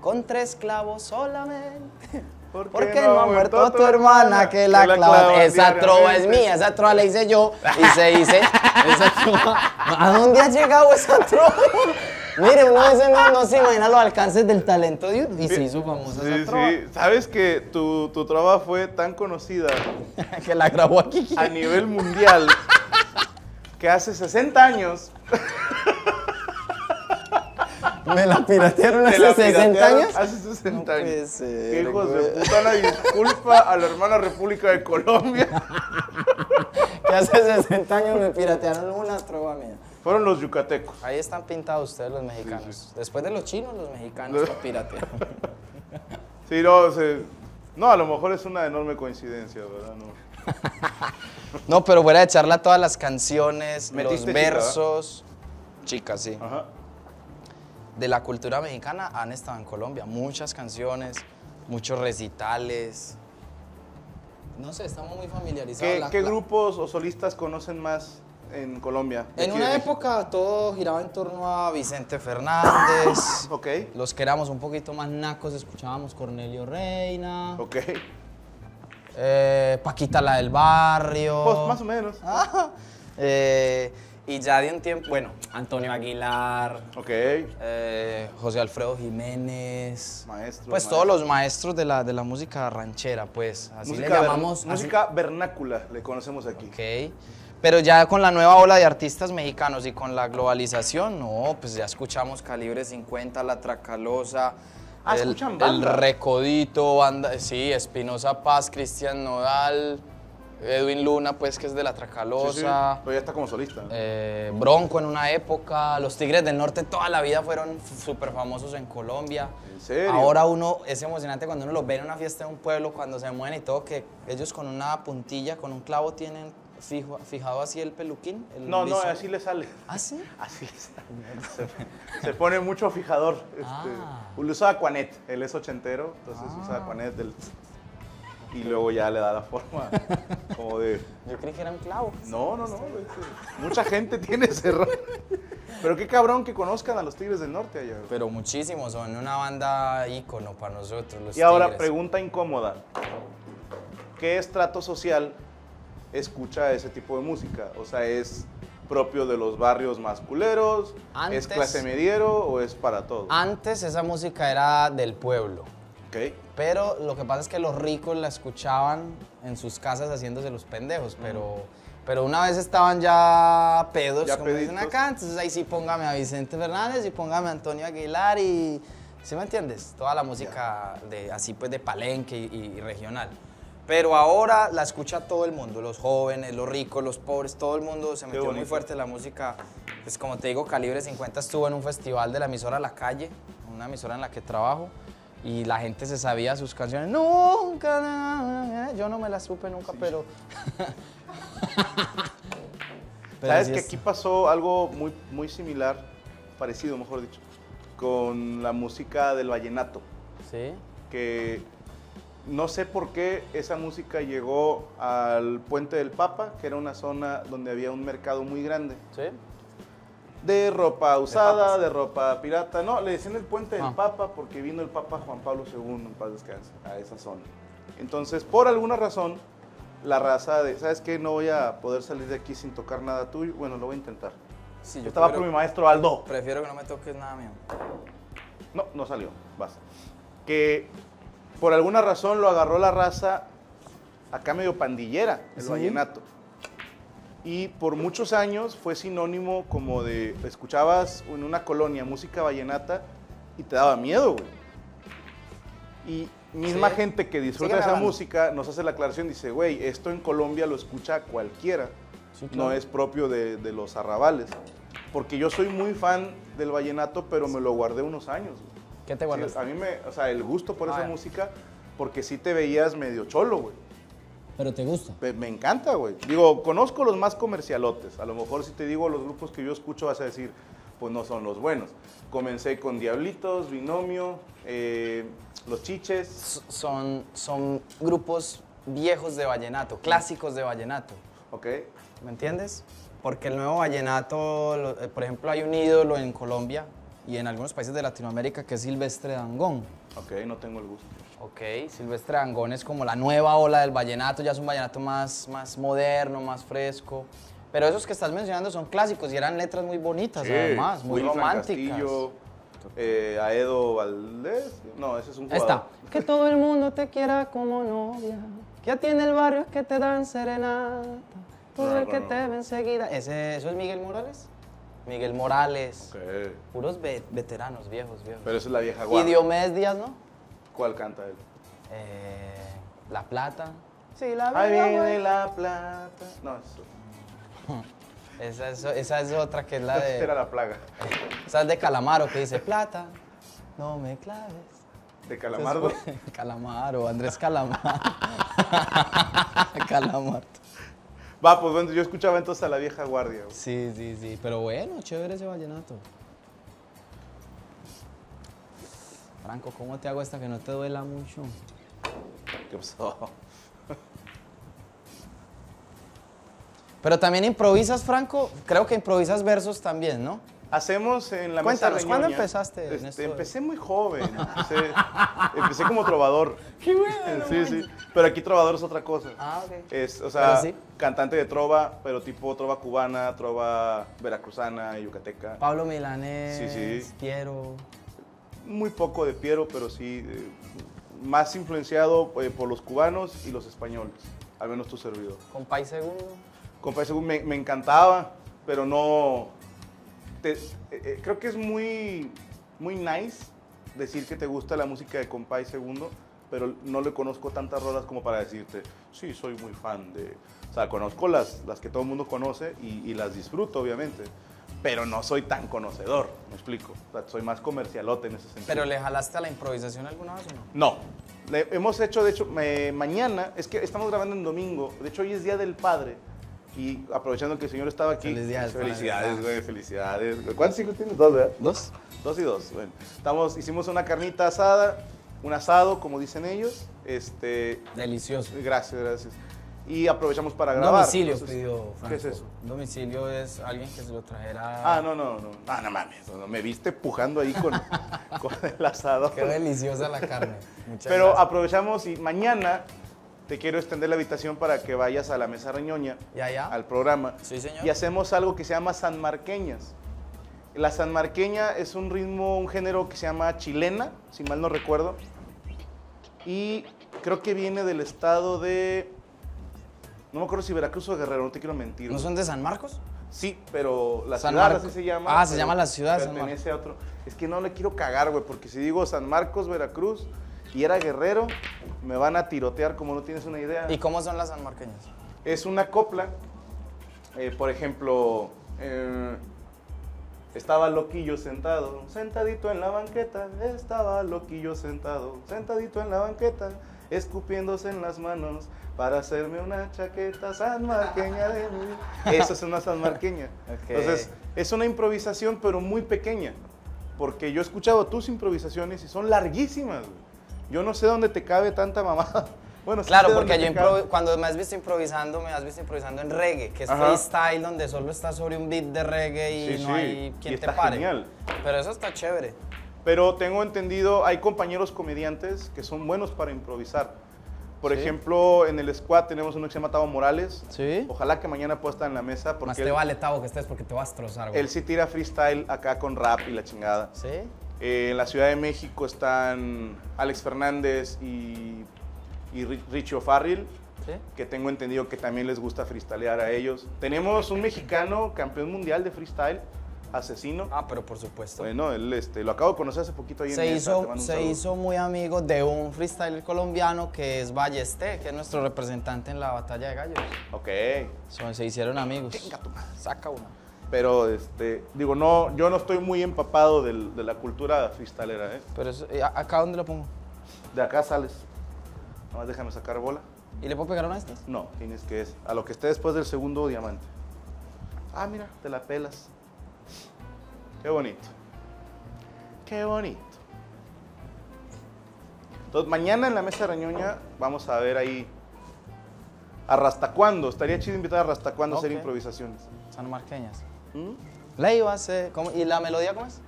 [SPEAKER 3] con tres clavos solamente.
[SPEAKER 1] ¿Por
[SPEAKER 3] ¿Por qué no ha muerto tu hermana que la clava? Esa trova es mía, esa trova la hice yo y se hice. esa trova- ¿A dónde ha llegado esa trova? Mire, uno a veces no, no se imagina los alcances del talento de uno y se hizo famosa
[SPEAKER 1] Sí,
[SPEAKER 3] esa trova. (laughs)
[SPEAKER 1] sí. Sabes que tu, tu trova fue tan conocida
[SPEAKER 3] Que la grabó aquí.
[SPEAKER 1] a nivel mundial que hace 60 años
[SPEAKER 3] Me la piratearon
[SPEAKER 1] te la
[SPEAKER 3] (laughs) hace 60
[SPEAKER 1] piratearon
[SPEAKER 3] años.
[SPEAKER 1] Hace 60
[SPEAKER 3] No puede
[SPEAKER 1] años.
[SPEAKER 3] ser,
[SPEAKER 1] Qué hijos de
[SPEAKER 3] güey.
[SPEAKER 1] puta, una disculpa a la hermana República de
[SPEAKER 3] (laughs)
[SPEAKER 1] Colombia.
[SPEAKER 3] Que hace 60 años me piratearon una trova mía.
[SPEAKER 1] Fueron los yucatecos.
[SPEAKER 3] Ahí están pintados ustedes los mexicanos. Después de los chinos, los mexicanos la piratearon.
[SPEAKER 1] Sí, no, se- no, a lo mejor es una enorme coincidencia, ¿verdad? No.
[SPEAKER 3] No, pero fuera de charla todas las canciones, los
[SPEAKER 1] Metiste chica, Ah.
[SPEAKER 3] versos. Chicas, sí.
[SPEAKER 1] Ajá.
[SPEAKER 3] De la cultura mexicana han estado en Colombia. Muchas canciones, muchos recitales. No sé, estamos muy familiarizados.
[SPEAKER 1] ¿Qué,
[SPEAKER 3] La-
[SPEAKER 1] qué
[SPEAKER 3] la-
[SPEAKER 1] grupos o solistas conocen más en Colombia? De
[SPEAKER 3] En
[SPEAKER 1] aquí de
[SPEAKER 3] una
[SPEAKER 1] México.
[SPEAKER 3] época todo giraba en torno a Vicente Fernández.
[SPEAKER 1] (laughs) Ok,
[SPEAKER 3] Los que éramos un poquito más nacos escuchábamos Cornelio Reina,
[SPEAKER 1] ok.
[SPEAKER 3] eh, Paquita la del Barrio.
[SPEAKER 1] Pues
[SPEAKER 3] (laughs)
[SPEAKER 1] más o menos.
[SPEAKER 3] Ah, eh, y ya de un tiempo, bueno, Antonio Aguilar,
[SPEAKER 1] Ok.
[SPEAKER 3] eh, José Alfredo Jiménez.
[SPEAKER 1] Maestro,
[SPEAKER 3] Pues
[SPEAKER 1] maestro.
[SPEAKER 3] todos los maestros de la, de la música ranchera, pues. Así
[SPEAKER 1] música
[SPEAKER 3] le
[SPEAKER 1] ver-
[SPEAKER 3] llamamos. así-
[SPEAKER 1] música vernácula le conocemos aquí.
[SPEAKER 3] Ok. Pero ya con la nueva ola de artistas mexicanos y con la globalización, no, pues ya escuchamos Calibre 50, La Tracalosa.
[SPEAKER 1] Ah,
[SPEAKER 3] el,
[SPEAKER 1] escuchan
[SPEAKER 3] el
[SPEAKER 1] banda.
[SPEAKER 3] Recodito, banda, sí, Espinosa Paz, Cristian Nodal, Edwin Luna, pues que es de La
[SPEAKER 1] Sí, sí,
[SPEAKER 3] Tracalosa.
[SPEAKER 1] pero ya está como solista. ¿no?
[SPEAKER 3] Eh, Bronco en una época, los Tigres del Norte toda la vida fueron súper famosos en Colombia.
[SPEAKER 1] ¿En serio?
[SPEAKER 3] Ahora uno es emocionante cuando uno los ve en una fiesta de un pueblo, cuando se mueven y todo, que ellos con una puntilla, con un clavo tienen fijo- fijado así el peluquín. el
[SPEAKER 1] no, no,
[SPEAKER 3] liso.
[SPEAKER 1] así le sale. (laughs)
[SPEAKER 3] ¿Ah, sí?
[SPEAKER 1] Así le
[SPEAKER 3] (laughs)
[SPEAKER 1] sale. Se, se pone mucho fijador. Este,
[SPEAKER 3] Ah.
[SPEAKER 1] Lo usa Aquanet, él es ochentero, entonces usa Aquanet del- y luego ya le da la
[SPEAKER 3] (laughs)
[SPEAKER 1] forma como de...
[SPEAKER 3] Yo creí que eran clavos.
[SPEAKER 1] No, no, no. este, mucha gente (laughs) tiene ese rol. Pero qué cabrón que conozcan a los Tigres del Norte allá. güey.
[SPEAKER 3] Pero muchísimos, son una banda ícono para nosotros, los
[SPEAKER 1] Y ahora,
[SPEAKER 3] Tigres.
[SPEAKER 1] pregunta incómoda. ¿Qué estrato social escucha ese tipo de música? O sea, ¿es propio de los barrios masculeros?
[SPEAKER 3] Antes- Ah.
[SPEAKER 1] ¿Es clase mediero o es para todos?
[SPEAKER 3] Antes esa música era del pueblo.
[SPEAKER 1] Ok.
[SPEAKER 3] Pero lo que pasa es que los ricos la escuchaban en sus casas haciéndose los pendejos, pero, pero una vez estaban ya pedos,
[SPEAKER 1] Ya
[SPEAKER 3] como dicen
[SPEAKER 1] peditos.
[SPEAKER 3] acá, entonces ahí sí póngame a Vicente Fernández y póngame a Antonio Aguilar y, ¿sí me entiendes? Toda la música de, así pues de palenque y, y regional. Pero ahora la escucha todo el mundo, los jóvenes, los ricos, los pobres, todo el mundo se metió muy
[SPEAKER 1] bonito.
[SPEAKER 3] fuerte la música. Pues como te digo, Calibre 50 estuvo en un festival de la emisora La Calle, una emisora en la que trabajo. Y la gente se sabía sus canciones. Nunca, na, na, na". yo no me las supe nunca,
[SPEAKER 1] (laughs)
[SPEAKER 3] pero... (laughs) Pero
[SPEAKER 1] Sabes
[SPEAKER 3] así
[SPEAKER 1] que
[SPEAKER 3] es.
[SPEAKER 1] aquí pasó algo muy, muy similar, parecido mejor dicho, con la música del vallenato,
[SPEAKER 3] Sí.
[SPEAKER 1] que no sé por qué esa música llegó al Puente del Papa, que era una zona donde había un mercado muy grande,
[SPEAKER 3] Sí.
[SPEAKER 1] de ropa usada,
[SPEAKER 3] papas.
[SPEAKER 1] de, ropa pirata, no, le decían el Puente del
[SPEAKER 3] Ah.
[SPEAKER 1] Papa porque vino el Papa Juan Pablo II, en paz descanse, a esa zona. Entonces, por alguna razón, la raza de, ¿sabes qué? No voy a poder salir de aquí sin tocar nada tuyo, bueno, lo voy a intentar.
[SPEAKER 3] Sí,
[SPEAKER 1] Yo estaba por mi maestro Aldo.
[SPEAKER 3] Prefiero que no me toques nada mío.
[SPEAKER 1] No, no salió. Vas. Que por alguna razón lo agarró la raza acá medio pandillera, el
[SPEAKER 3] Sí.
[SPEAKER 1] vallenato. Y por muchos años fue sinónimo como de escuchabas en una colonia música vallenata y te daba miedo, güey. Y misma
[SPEAKER 3] Sí.
[SPEAKER 1] gente que
[SPEAKER 3] Sigue
[SPEAKER 1] disfruta de esa
[SPEAKER 3] grabando.
[SPEAKER 1] música nos hace la aclaración, dice, güey, esto en Colombia lo escucha cualquiera,
[SPEAKER 3] Sí, claro.
[SPEAKER 1] no es propio de, de los arrabales. Porque yo soy muy fan del vallenato, pero me lo guardé unos años. güey.
[SPEAKER 3] ¿Qué te
[SPEAKER 1] Sí,
[SPEAKER 3] guardas?
[SPEAKER 1] a mí me, o sea, el gusto por
[SPEAKER 3] Ah,
[SPEAKER 1] esa
[SPEAKER 3] ya.
[SPEAKER 1] música, porque sí te veías medio cholo, güey.
[SPEAKER 3] Pero te gusta.
[SPEAKER 1] Me, me encanta, güey. Digo, conozco los más comercialotes. A lo mejor si te digo los grupos que yo escucho vas a decir, pues no son los buenos. Comencé con Diablitos, Binomio, eh, Los Chiches.
[SPEAKER 3] S- Son, son grupos viejos de vallenato, clásicos de vallenato.
[SPEAKER 1] Ok.
[SPEAKER 3] ¿Me entiendes? Porque el nuevo vallenato, lo- eh, por ejemplo, hay un ídolo en Colombia y en algunos países de Latinoamérica que es Silvestre Dangón.
[SPEAKER 1] Ok, no tengo el gusto.
[SPEAKER 3] Ok, Silvestre Dangón es como la nueva ola del vallenato, ya es un vallenato más, más moderno, más fresco. Pero esos que estás mencionando son clásicos y eran letras muy bonitas,
[SPEAKER 1] Sí,
[SPEAKER 3] además, muy
[SPEAKER 1] Wilfran
[SPEAKER 3] románticas.
[SPEAKER 1] Eh, Castillo, eh, Aedo Valdés. No, ese es un
[SPEAKER 3] Esta.
[SPEAKER 1] jugador.
[SPEAKER 3] Que todo el mundo te quiera como novia. Que atiende el barrio que te dan serenata. Todo
[SPEAKER 1] No,
[SPEAKER 3] el que
[SPEAKER 1] no.
[SPEAKER 3] te ve enseguida. Ese, ¿Eso es Miguel Morales? Miguel Morales.
[SPEAKER 1] Ok.
[SPEAKER 3] Puros ve- veteranos, viejos, viejos.
[SPEAKER 1] Pero esa es la vieja
[SPEAKER 3] y
[SPEAKER 1] guardia.
[SPEAKER 3] Diomedes Díaz, ¿no?
[SPEAKER 1] ¿Cuál canta él?
[SPEAKER 3] Eh, la Plata. Sí, la
[SPEAKER 1] Ahí
[SPEAKER 3] vida,
[SPEAKER 1] viene
[SPEAKER 3] güey.
[SPEAKER 1] la plata. No, eso-
[SPEAKER 3] Esa es, esa es otra que es la
[SPEAKER 1] esa era
[SPEAKER 3] de.
[SPEAKER 1] la plaga.
[SPEAKER 3] Esa es de Calamaro que dice: Plata, no me claves.
[SPEAKER 1] De Calamardo.
[SPEAKER 3] (laughs) Calamaro, Andrés Calamaro. (laughs) Calamaro.
[SPEAKER 1] Va, pues bueno, yo escuchaba entonces a la vieja guardia. güey.
[SPEAKER 3] Sí, sí, sí. Pero bueno, chévere ese vallenato. Franco, ¿cómo te hago esta que no te duela mucho?
[SPEAKER 1] ¿Qué pasó?
[SPEAKER 3] Pero también improvisas, Franco. Creo que improvisas versos también, ¿no?
[SPEAKER 1] Hacemos en la
[SPEAKER 3] Cuéntanos,
[SPEAKER 1] mesa
[SPEAKER 3] ¿cuándo
[SPEAKER 1] reñoña.
[SPEAKER 3] empezaste en
[SPEAKER 1] Este,
[SPEAKER 3] esto?
[SPEAKER 1] empecé muy joven. Empecé, empecé como
[SPEAKER 3] (laughs)
[SPEAKER 1] trovador.
[SPEAKER 3] ¡Qué bueno!
[SPEAKER 1] Sí, Eh, sí. Pero aquí trovador es otra cosa.
[SPEAKER 3] Ah, ok.
[SPEAKER 1] Es, o sea,
[SPEAKER 3] Pero sí.
[SPEAKER 1] cantante de trova, pero tipo trova cubana, trova veracruzana, yucateca.
[SPEAKER 3] Pablo Milanés,
[SPEAKER 1] Sí, sí.
[SPEAKER 3] Piero.
[SPEAKER 1] Muy poco de Piero, pero sí eh, más influenciado eh, por los cubanos y los españoles. Al menos tu servidor.
[SPEAKER 3] Compay Segundo.
[SPEAKER 1] Compadre Según me, me encantaba, pero no. te- eh, eh, creo que es muy, muy nice decir que te gusta la música de Compay Segundo, pero no le conozco tantas rolas como para decirte, sí, soy muy fan de. O sea, conozco las, las que todo el mundo conoce y, y las disfruto, obviamente, pero no soy tan conocedor, me explico. O sea, soy más comercialote en ese sentido.
[SPEAKER 3] ¿Pero le jalaste a la improvisación alguna vez o no?
[SPEAKER 1] No. Le- hemos hecho, de hecho, me- mañana, es que estamos grabando en domingo, de hecho hoy es Día del Padre. Y aprovechando que el señor estaba aquí.
[SPEAKER 3] Feliz Día del Padre.
[SPEAKER 1] Felicidades, güey, felicidades. güey. ¿Cuántos hijos tienes? Dos, ¿verdad?
[SPEAKER 3] ¿Dos?
[SPEAKER 1] Dos y dos. Bueno, estamos, hicimos una carnita asada, un asado, como dicen ellos. Este,
[SPEAKER 3] Delicioso.
[SPEAKER 1] gracias, gracias. Y aprovechamos para
[SPEAKER 3] Un
[SPEAKER 1] grabar.
[SPEAKER 3] domicilio
[SPEAKER 1] Entonces,
[SPEAKER 3] pidió Franco.
[SPEAKER 1] ¿Qué es eso?
[SPEAKER 3] Un domicilio es alguien que se lo trajera.
[SPEAKER 1] Ah, no, no, no. Ah, no mames. no, me viste pujando ahí con, (laughs) con el asado.
[SPEAKER 3] Qué deliciosa la carne. Muchas
[SPEAKER 1] Pero
[SPEAKER 3] gracias.
[SPEAKER 1] aprovechamos y mañana te quiero extender la habitación para que vayas a la mesa reñoña,
[SPEAKER 3] ¿Y allá?
[SPEAKER 1] al programa.
[SPEAKER 3] Sí, señor.
[SPEAKER 1] Y hacemos algo que se llama sanmarqueñas. La sanmarqueña es un ritmo, un género que se llama chilena, si mal no recuerdo. Y creo que viene del estado de... No me acuerdo si Veracruz o Guerrero, no te quiero mentir.
[SPEAKER 3] ¿No son de San Marcos?
[SPEAKER 1] Sí, pero la
[SPEAKER 3] San
[SPEAKER 1] ciudad
[SPEAKER 3] Marco.
[SPEAKER 1] así se llama.
[SPEAKER 3] Ah, se
[SPEAKER 1] pero
[SPEAKER 3] llama la ciudad, San
[SPEAKER 1] Pertenece a otro. Es que no le quiero cagar, güey, porque si digo San Marcos, Veracruz y era guerrero, me van a tirotear como no tienes una idea.
[SPEAKER 3] ¿Y cómo son las sanmarqueñas?
[SPEAKER 1] Es una copla, eh, por ejemplo, eh, Estaba loquillo sentado, sentadito en la banqueta. Estaba loquillo sentado, sentadito en la banqueta. Escupiéndose en las manos para hacerme una chaqueta sanmarqueña de mí. Eso es una sanmarqueña.
[SPEAKER 3] (laughs) Ok.
[SPEAKER 1] Entonces, es una improvisación, pero muy pequeña. Porque yo he escuchado tus improvisaciones y son larguísimas. güey. Yo no sé dónde te cabe tanta mamada. (laughs) Bueno, sí
[SPEAKER 3] Claro,
[SPEAKER 1] sé
[SPEAKER 3] porque
[SPEAKER 1] dónde
[SPEAKER 3] yo
[SPEAKER 1] te cabe.
[SPEAKER 3] improvi- cuando me has visto improvisando, me has visto improvisando en reggae, que es
[SPEAKER 1] Ajá.
[SPEAKER 3] freestyle donde solo estás sobre un beat de reggae y
[SPEAKER 1] Sí,
[SPEAKER 3] no
[SPEAKER 1] sí,
[SPEAKER 3] hay
[SPEAKER 1] y
[SPEAKER 3] quien te
[SPEAKER 1] está
[SPEAKER 3] pare.
[SPEAKER 1] genial.
[SPEAKER 3] Pero eso está chévere.
[SPEAKER 1] Pero tengo entendido, hay compañeros comediantes que son buenos para improvisar. Por
[SPEAKER 3] Sí.
[SPEAKER 1] ejemplo, en el squad tenemos uno que se llama Tavo Morales.
[SPEAKER 3] Sí.
[SPEAKER 1] Ojalá que mañana pueda estar en la mesa
[SPEAKER 3] Más
[SPEAKER 1] porque
[SPEAKER 3] te
[SPEAKER 1] él,
[SPEAKER 3] vale, Tavo, que estés porque te vas a trozar, güey.
[SPEAKER 1] él sí tira freestyle acá con rap y la chingada.
[SPEAKER 3] ¿Sí?
[SPEAKER 1] Eh, en la Ciudad de México están Alex Fernández y, y Ri- Richie O'Farrill,
[SPEAKER 3] ¿Sí?
[SPEAKER 1] que tengo entendido que también les gusta freestylear a ellos. Tenemos un mexicano campeón mundial de freestyle, asesino.
[SPEAKER 3] Ah, pero por supuesto.
[SPEAKER 1] Bueno, él este, lo acabo de conocer hace poquito ahí en
[SPEAKER 3] se
[SPEAKER 1] Nesa, te
[SPEAKER 3] hizo,
[SPEAKER 1] mando un
[SPEAKER 3] se
[SPEAKER 1] saludo.
[SPEAKER 3] hizo muy amigo de un freestyler colombiano que es Ballesté, que es nuestro representante en la batalla de gallos.
[SPEAKER 1] Ok.
[SPEAKER 3] So, se hicieron amigos.
[SPEAKER 1] Chinga tu madre.
[SPEAKER 3] Saca una.
[SPEAKER 1] Pero, este, digo, no, yo no estoy muy empapado del- de la cultura freestalera, ¿eh?
[SPEAKER 3] Pero eso, eh, a- ¿acá dónde lo pongo?
[SPEAKER 1] De acá sales. Nada más déjame sacar bola.
[SPEAKER 3] ¿Y le puedo pegar una de estas?
[SPEAKER 1] No, tienes que es a lo que esté después del segundo diamante. Ah, mira, te la pelas. Qué bonito. Qué bonito. Entonces, mañana en la mesa de Reñoña vamos a ver ahí a Rastacuando. Estaría chido invitar a Rastacuando a
[SPEAKER 3] Ok.
[SPEAKER 1] hacer improvisaciones.
[SPEAKER 3] Sanmarqueñas.
[SPEAKER 1] ¿Mm?
[SPEAKER 3] La iba a hacer. ¿cómo? ¿Y la melodía cómo es?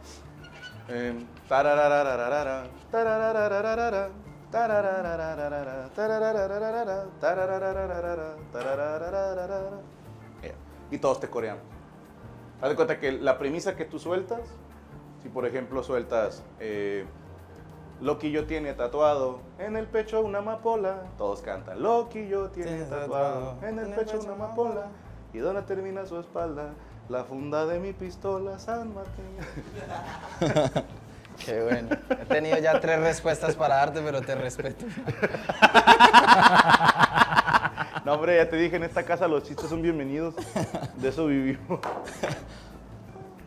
[SPEAKER 1] Em, tarararararara, tarararararara, tarararararara, tarararararara, tarararararara, tarararararara. Ya. Y todos te corean. Haz de cuenta que la premisa que tú sueltas, si por ejemplo sueltas eh, Loquillo tiene tatuado en el pecho una amapola, todos cantan Loquillo tiene
[SPEAKER 3] Tiene
[SPEAKER 1] tatuado
[SPEAKER 3] tatuado
[SPEAKER 1] en el pecho una amapola y donde termina su espalda la funda de mi pistola San Martín.
[SPEAKER 3] Qué bueno. He tenido ya tres respuestas para darte, pero te respeto.
[SPEAKER 1] No, hombre, ya te dije, en esta casa los chistes son bienvenidos. De eso vivimos.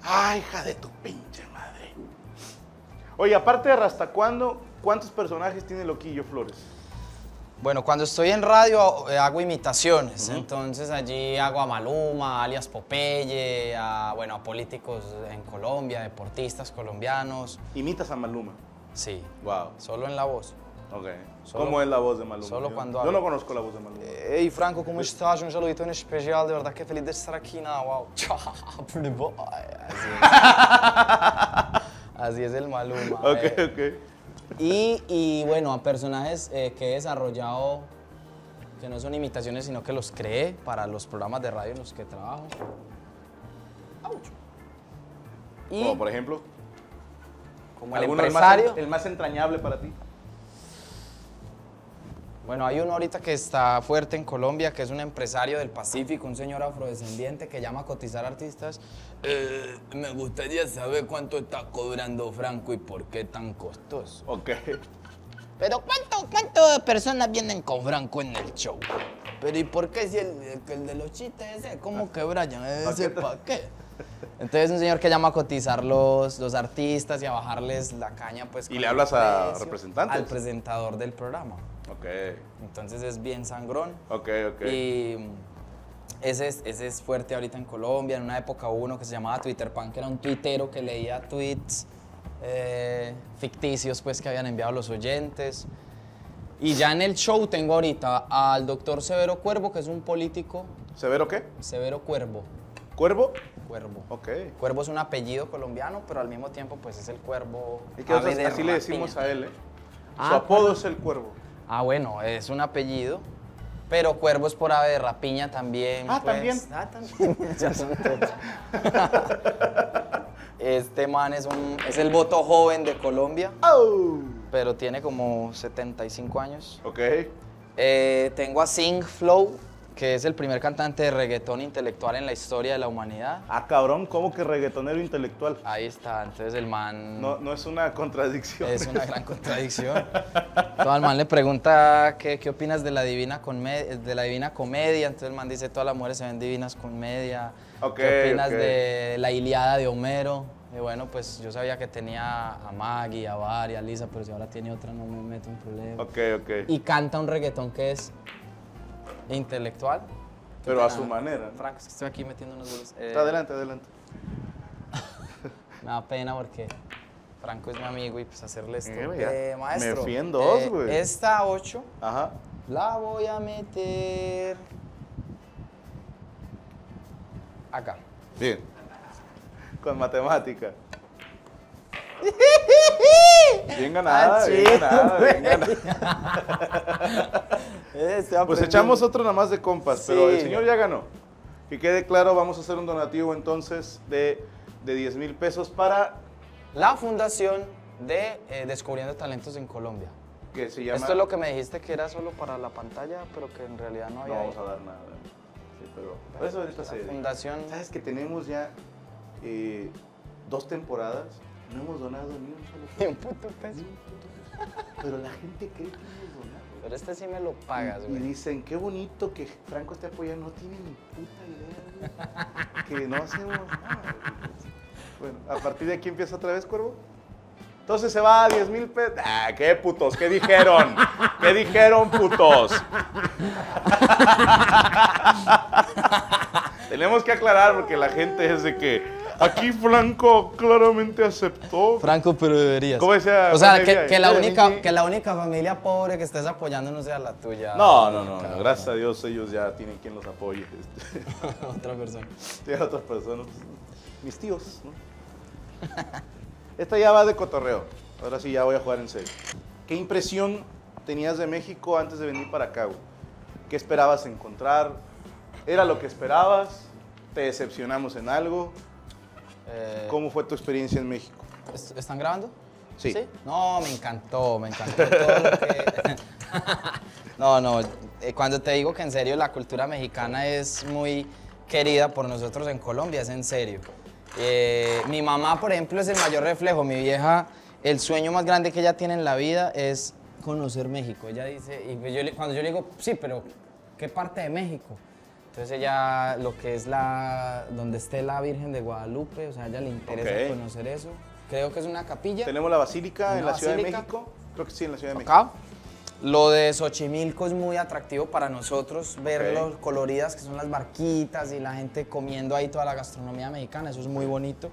[SPEAKER 1] ¡Ay, hija de tu pinche madre! Oye, aparte de Rastacuando, ¿cuántos personajes tiene Loquillo Flores?
[SPEAKER 3] Bueno, cuando estoy en radio eh, hago imitaciones, entonces allí hago a Maluma, alias Popeye, a, bueno, a políticos en Colombia, deportistas colombianos,
[SPEAKER 1] Imitas a Maluma.
[SPEAKER 3] sí,
[SPEAKER 1] Wow.
[SPEAKER 3] solo en la voz.
[SPEAKER 1] Ok.
[SPEAKER 3] Solo-
[SPEAKER 1] ¿Cómo es la voz de Maluma?
[SPEAKER 3] solo
[SPEAKER 1] Yo-
[SPEAKER 3] cuando
[SPEAKER 1] Yo,
[SPEAKER 3] habla. Eh,
[SPEAKER 1] no conozco la voz de Maluma.
[SPEAKER 3] Hey Franco, ¿cómo estás? Un saludito en especial, de verdad que feliz de estar aquí, nada, (laughs) wow. Pretty boy. Así es. Así es el Maluma.
[SPEAKER 1] ok,
[SPEAKER 3] eh.
[SPEAKER 1] ok.
[SPEAKER 3] Y, y, bueno, a personajes eh, que he desarrollado que no son imitaciones, sino que los creé para los programas de radio en los que trabajo. Auch. Y
[SPEAKER 1] Como por ejemplo.
[SPEAKER 3] como el
[SPEAKER 1] ¿alguno el más
[SPEAKER 3] empresario.
[SPEAKER 1] en- el más entrañable para ti.
[SPEAKER 3] Bueno, hay uno ahorita que está fuerte en Colombia, que es un empresario del Pacífico, un señor afrodescendiente que llama a cotizar artistas. Eh, me gustaría saber cuánto está cobrando Franco y por qué tan costoso. (laughs)
[SPEAKER 1] Ok.
[SPEAKER 3] Pero ¿cuánto, cuántas personas vienen con Franco en el show? Pero ¿y por qué si el, el de los chistes ese? ¿Cómo que Brian? ¿Ese para qué? Entonces un señor que llama a cotizar los, los artistas y a bajarles la caña, pues.
[SPEAKER 1] ¿Y
[SPEAKER 3] con
[SPEAKER 1] le
[SPEAKER 3] el
[SPEAKER 1] hablas a
[SPEAKER 3] precio,
[SPEAKER 1] representantes?
[SPEAKER 3] Al presentador del programa.
[SPEAKER 1] Ok.
[SPEAKER 3] Entonces es bien sangrón.
[SPEAKER 1] Ok, ok.
[SPEAKER 3] Y mm, ese es, ese es fuerte ahorita en Colombia. En una época hubo uno que se llamaba Twitter Pan, que era un tuitero que leía tweets eh, ficticios pues, que habían enviado los oyentes. Y ya en el show tengo ahorita al doctor Severo Cuervo, que es un político.
[SPEAKER 1] ¿Severo qué?
[SPEAKER 3] Severo Cuervo.
[SPEAKER 1] ¿Cuervo?
[SPEAKER 3] Cuervo.
[SPEAKER 1] Ok.
[SPEAKER 3] Cuervo es un apellido colombiano, pero al mismo tiempo pues es el cuervo.
[SPEAKER 1] Y que
[SPEAKER 3] ave
[SPEAKER 1] nosotros
[SPEAKER 3] de
[SPEAKER 1] así le decimos
[SPEAKER 3] rapiña.
[SPEAKER 1] a él, ¿eh? Su
[SPEAKER 3] Ah,
[SPEAKER 1] apodo es el cuervo.
[SPEAKER 3] Ah, bueno, es un apellido. Pero cuervo es por ave de rapiña también.
[SPEAKER 1] Ah,
[SPEAKER 3] pues.
[SPEAKER 1] también.
[SPEAKER 3] Ah, también. (laughs) Ya son todos. este man es, un, es el voto joven de Colombia, pero tiene como 75 años.
[SPEAKER 1] Ok.
[SPEAKER 3] Eh, tengo a Sing Flow, que es el primer cantante de reggaetón intelectual en la historia de la humanidad.
[SPEAKER 1] Ah, cabrón, ¿cómo que reggaetonero intelectual?
[SPEAKER 3] Ahí está, entonces el man.
[SPEAKER 1] No, no es una contradicción.
[SPEAKER 3] Es una gran contradicción. Todo el man le pregunta qué, qué opinas de la, divina Conme- de la divina comedia. Entonces el man dice, todas las mujeres se ven divinas con media.
[SPEAKER 1] Ok,
[SPEAKER 3] ¿Qué opinas
[SPEAKER 1] ok.
[SPEAKER 3] de la Iliada de Homero? Y bueno, pues yo sabía que tenía a Maggie, a Bari, a Lisa, pero si ahora tiene otra no me meto en problemas.
[SPEAKER 1] (laughs) Ok, ok.
[SPEAKER 3] Y canta un reggaetón que es intelectual. Qué
[SPEAKER 1] Pero a
[SPEAKER 3] pena,
[SPEAKER 1] su manera, ¿no?
[SPEAKER 3] Frank, es que estoy aquí metiendo unos goles. Eh,
[SPEAKER 1] Adelante, adelante.
[SPEAKER 3] Me da pena porque Franco es mi amigo y pues hacerle esto.
[SPEAKER 1] Eh, vea,
[SPEAKER 3] Eh,
[SPEAKER 1] me
[SPEAKER 3] maestro.
[SPEAKER 1] fui en dos,
[SPEAKER 3] eh,
[SPEAKER 1] güey.
[SPEAKER 3] esta 8
[SPEAKER 1] Ajá.
[SPEAKER 3] la voy a meter acá.
[SPEAKER 1] Bien. (laughs) Con (laughs) matemática. Bien ganada,
[SPEAKER 3] Ah,
[SPEAKER 1] bien
[SPEAKER 3] chido,
[SPEAKER 1] ganada, bien ganada. Pues echamos
[SPEAKER 3] otro.
[SPEAKER 1] otro nada más de compas, pero el
[SPEAKER 3] Sí.
[SPEAKER 1] señor ya ganó. Que quede claro, vamos a hacer un donativo entonces de, de 10 mil pesos para
[SPEAKER 3] La fundación de eh, Descubriendo Talentos en Colombia.
[SPEAKER 1] que se llama...
[SPEAKER 3] Esto es lo que me dijiste que era solo para la pantalla, pero que en realidad no
[SPEAKER 1] No
[SPEAKER 3] había.
[SPEAKER 1] vamos a
[SPEAKER 3] ahí.
[SPEAKER 1] dar nada. Sí, pero... Por eso ahorita se...
[SPEAKER 3] La fundación. (laughs)
[SPEAKER 1] Sabes que tenemos ya eh, dos temporadas, no hemos donado ni un solo peso,
[SPEAKER 3] Ni un puto (laughs) peso.
[SPEAKER 1] pero la gente cree que hemos donado.
[SPEAKER 3] Pero este sí me lo pagas,
[SPEAKER 1] Y- y
[SPEAKER 3] güey.
[SPEAKER 1] dicen, qué bonito que Franco esté apoyando. No tienen ni puta idea, güey, que no hacemos nada. güey. Bueno, a partir de aquí empieza otra vez, Cuervo. Entonces se va a 10 mil pesos. Ah, qué putos, ¿qué dijeron? ¿Qué dijeron, putos? Tenemos que aclarar porque la gente es de que aquí Franco claramente aceptó.
[SPEAKER 3] Franco, pero deberías.
[SPEAKER 1] ¿Cómo decía
[SPEAKER 3] O sea,
[SPEAKER 1] Juan
[SPEAKER 3] que,
[SPEAKER 1] Elías?
[SPEAKER 3] que la
[SPEAKER 1] Yo
[SPEAKER 3] única,
[SPEAKER 1] dije-
[SPEAKER 3] que la única familia pobre que estés apoyando no sea la tuya.
[SPEAKER 1] No, no, no, no,
[SPEAKER 3] Cabrón.
[SPEAKER 1] gracias a Dios ellos ya tienen quien los apoye. este.
[SPEAKER 3] (laughs) Otra persona.
[SPEAKER 1] Tiene otras personas. pues, Mis tíos, ¿no? (laughs) Esta ya va de cotorreo. Ahora sí ya voy a jugar en serio. ¿Qué impresión tenías de México antes de venir para acá? güey? ¿Qué esperabas encontrar? ¿Era lo que esperabas? ¿Te decepcionamos en algo?
[SPEAKER 3] Eh,
[SPEAKER 1] ¿Cómo fue tu experiencia en México?
[SPEAKER 3] ¿est- ¿Están grabando?
[SPEAKER 1] Sí.
[SPEAKER 3] No, me encantó, me encantó todo lo que- (laughs) no, no, eh, cuando te digo que en serio la cultura mexicana es muy querida por nosotros en Colombia, es en serio. Eh, mi mamá, por ejemplo, es el mayor reflejo. Mi vieja, el sueño más grande que ella tiene en la vida es conocer México. Ella dice, y pues yo le- cuando yo le digo, sí, pero ¿qué parte de México? Entonces ella, lo que es la, donde esté la Virgen de Guadalupe, o sea, a ella le interesa
[SPEAKER 1] Ok.
[SPEAKER 3] conocer eso. Creo que es una capilla.
[SPEAKER 1] Tenemos la Basílica en
[SPEAKER 3] Una
[SPEAKER 1] la Ciudad de
[SPEAKER 3] basílica.
[SPEAKER 1] México. Creo que sí, en la Ciudad de México.
[SPEAKER 3] acá. Lo de Xochimilco es muy atractivo para nosotros, ver
[SPEAKER 1] Ok.
[SPEAKER 3] los coloridas que son las barquitas y la gente comiendo ahí toda la gastronomía mexicana, eso es muy bonito.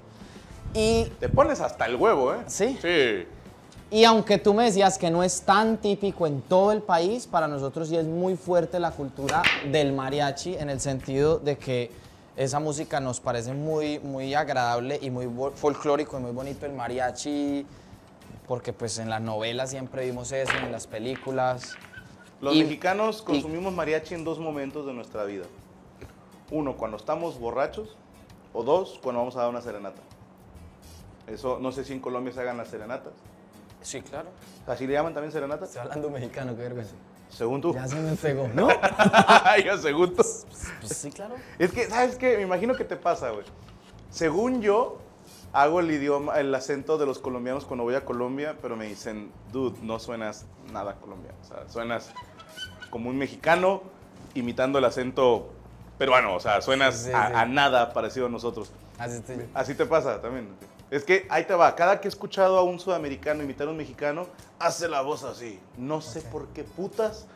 [SPEAKER 3] Y,
[SPEAKER 1] Te pones hasta el huevo, ¿eh?
[SPEAKER 3] Sí.
[SPEAKER 1] Sí.
[SPEAKER 3] y aunque tú me decías que no es tan típico en todo el país, para nosotros sí es muy fuerte la cultura del mariachi en el sentido de que esa música nos parece muy, muy agradable y muy bo- folclórico y muy bonito el mariachi, porque pues en las novelas siempre vimos eso, en las películas.
[SPEAKER 1] Los
[SPEAKER 3] Y-
[SPEAKER 1] mexicanos
[SPEAKER 3] y-
[SPEAKER 1] consumimos mariachi en dos momentos de nuestra vida. Uno, cuando estamos borrachos, o dos, cuando vamos a dar una serenata. Eso, no sé si en Colombia se hagan las serenatas.
[SPEAKER 3] Sí, claro.
[SPEAKER 1] ¿Así le llaman también serenatas?
[SPEAKER 3] Estoy hablando mexicano, qué vergüenza.
[SPEAKER 1] Según tú. (laughs)
[SPEAKER 3] Ya se me pegó, ¿no?
[SPEAKER 1] Yo, según tú.
[SPEAKER 3] Pues sí, claro.
[SPEAKER 1] Es que, ¿sabes qué? Me imagino que te pasa, güey. Según yo, hago el idioma, el acento de los colombianos cuando voy a Colombia, pero me dicen, dude, no suenas nada colombiano. O sea, suenas como un mexicano imitando el acento peruano. O sea, suenas
[SPEAKER 3] Sí, sí,
[SPEAKER 1] a,
[SPEAKER 3] sí.
[SPEAKER 1] a nada parecido a nosotros.
[SPEAKER 3] Así estoy yo.
[SPEAKER 1] Así te pasa también. Es que ahí te va. Cada que he escuchado a un sudamericano imitar a un mexicano, hace la voz así. No sé por qué putas.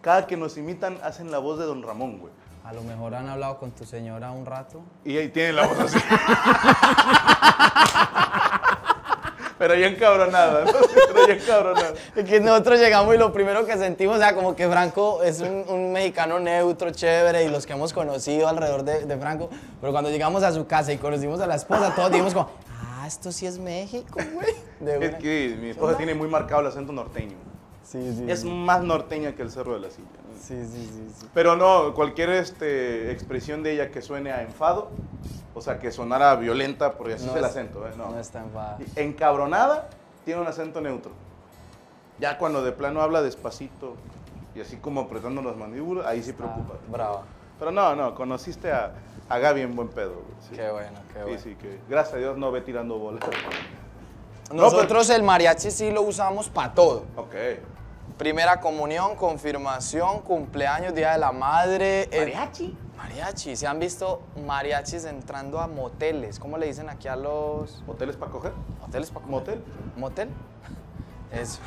[SPEAKER 1] Cada que nos imitan, hacen la voz de Don Ramón, güey.
[SPEAKER 3] A lo mejor han hablado con tu señora un rato.
[SPEAKER 1] Y ahí tiene la voz así. (laughs) Pero ya encabronada, ¿no? Pero ya encabronada.
[SPEAKER 3] Es que nosotros llegamos y lo primero que sentimos, o sea, como que Franco es un, un mexicano neutro, chévere, y los que hemos conocido alrededor de, de Franco, pero cuando llegamos a su casa y conocimos a la esposa, todos dijimos como, ah, esto sí es México, güey. De
[SPEAKER 1] Es
[SPEAKER 3] una.
[SPEAKER 1] que mi esposa tiene muy marcado el acento norteño.
[SPEAKER 3] Sí, sí,
[SPEAKER 1] Es
[SPEAKER 3] sí,
[SPEAKER 1] más norteña que el Cerro de la Silla. ¿no?
[SPEAKER 3] sí, sí, sí, sí.
[SPEAKER 1] Pero no, cualquier este, expresión de ella que suene a enfado, o sea, que sonara violenta, porque así
[SPEAKER 3] No
[SPEAKER 1] es el
[SPEAKER 3] es-
[SPEAKER 1] acento, ¿eh? No.
[SPEAKER 3] No está enfadada.
[SPEAKER 1] Encabronada tiene un acento neutro. Ya cuando de plano habla despacito y así como apretando las mandíbulas, ahí sí
[SPEAKER 3] Está
[SPEAKER 1] preocupa.
[SPEAKER 3] Brava.
[SPEAKER 1] Pero no, no, conociste a, a Gaby en buen pedo. güey, sí.
[SPEAKER 3] Qué bueno, qué bueno.
[SPEAKER 1] Sí, sí, que gracias a Dios no ve tirando bola. No,
[SPEAKER 3] Nosotros el mariachi sí lo usamos para todo.
[SPEAKER 1] Ok.
[SPEAKER 3] Primera comunión, confirmación, cumpleaños, día de la madre. eh,
[SPEAKER 1] ¿Mariachi?
[SPEAKER 3] mariachi. ¿Se han visto mariachis entrando a moteles? ¿Cómo le dicen aquí a los
[SPEAKER 1] ¿Moteles para coger?
[SPEAKER 3] moteles? Paco?
[SPEAKER 1] ¿Motel? (laughs)
[SPEAKER 3] ¿Motel? Eso.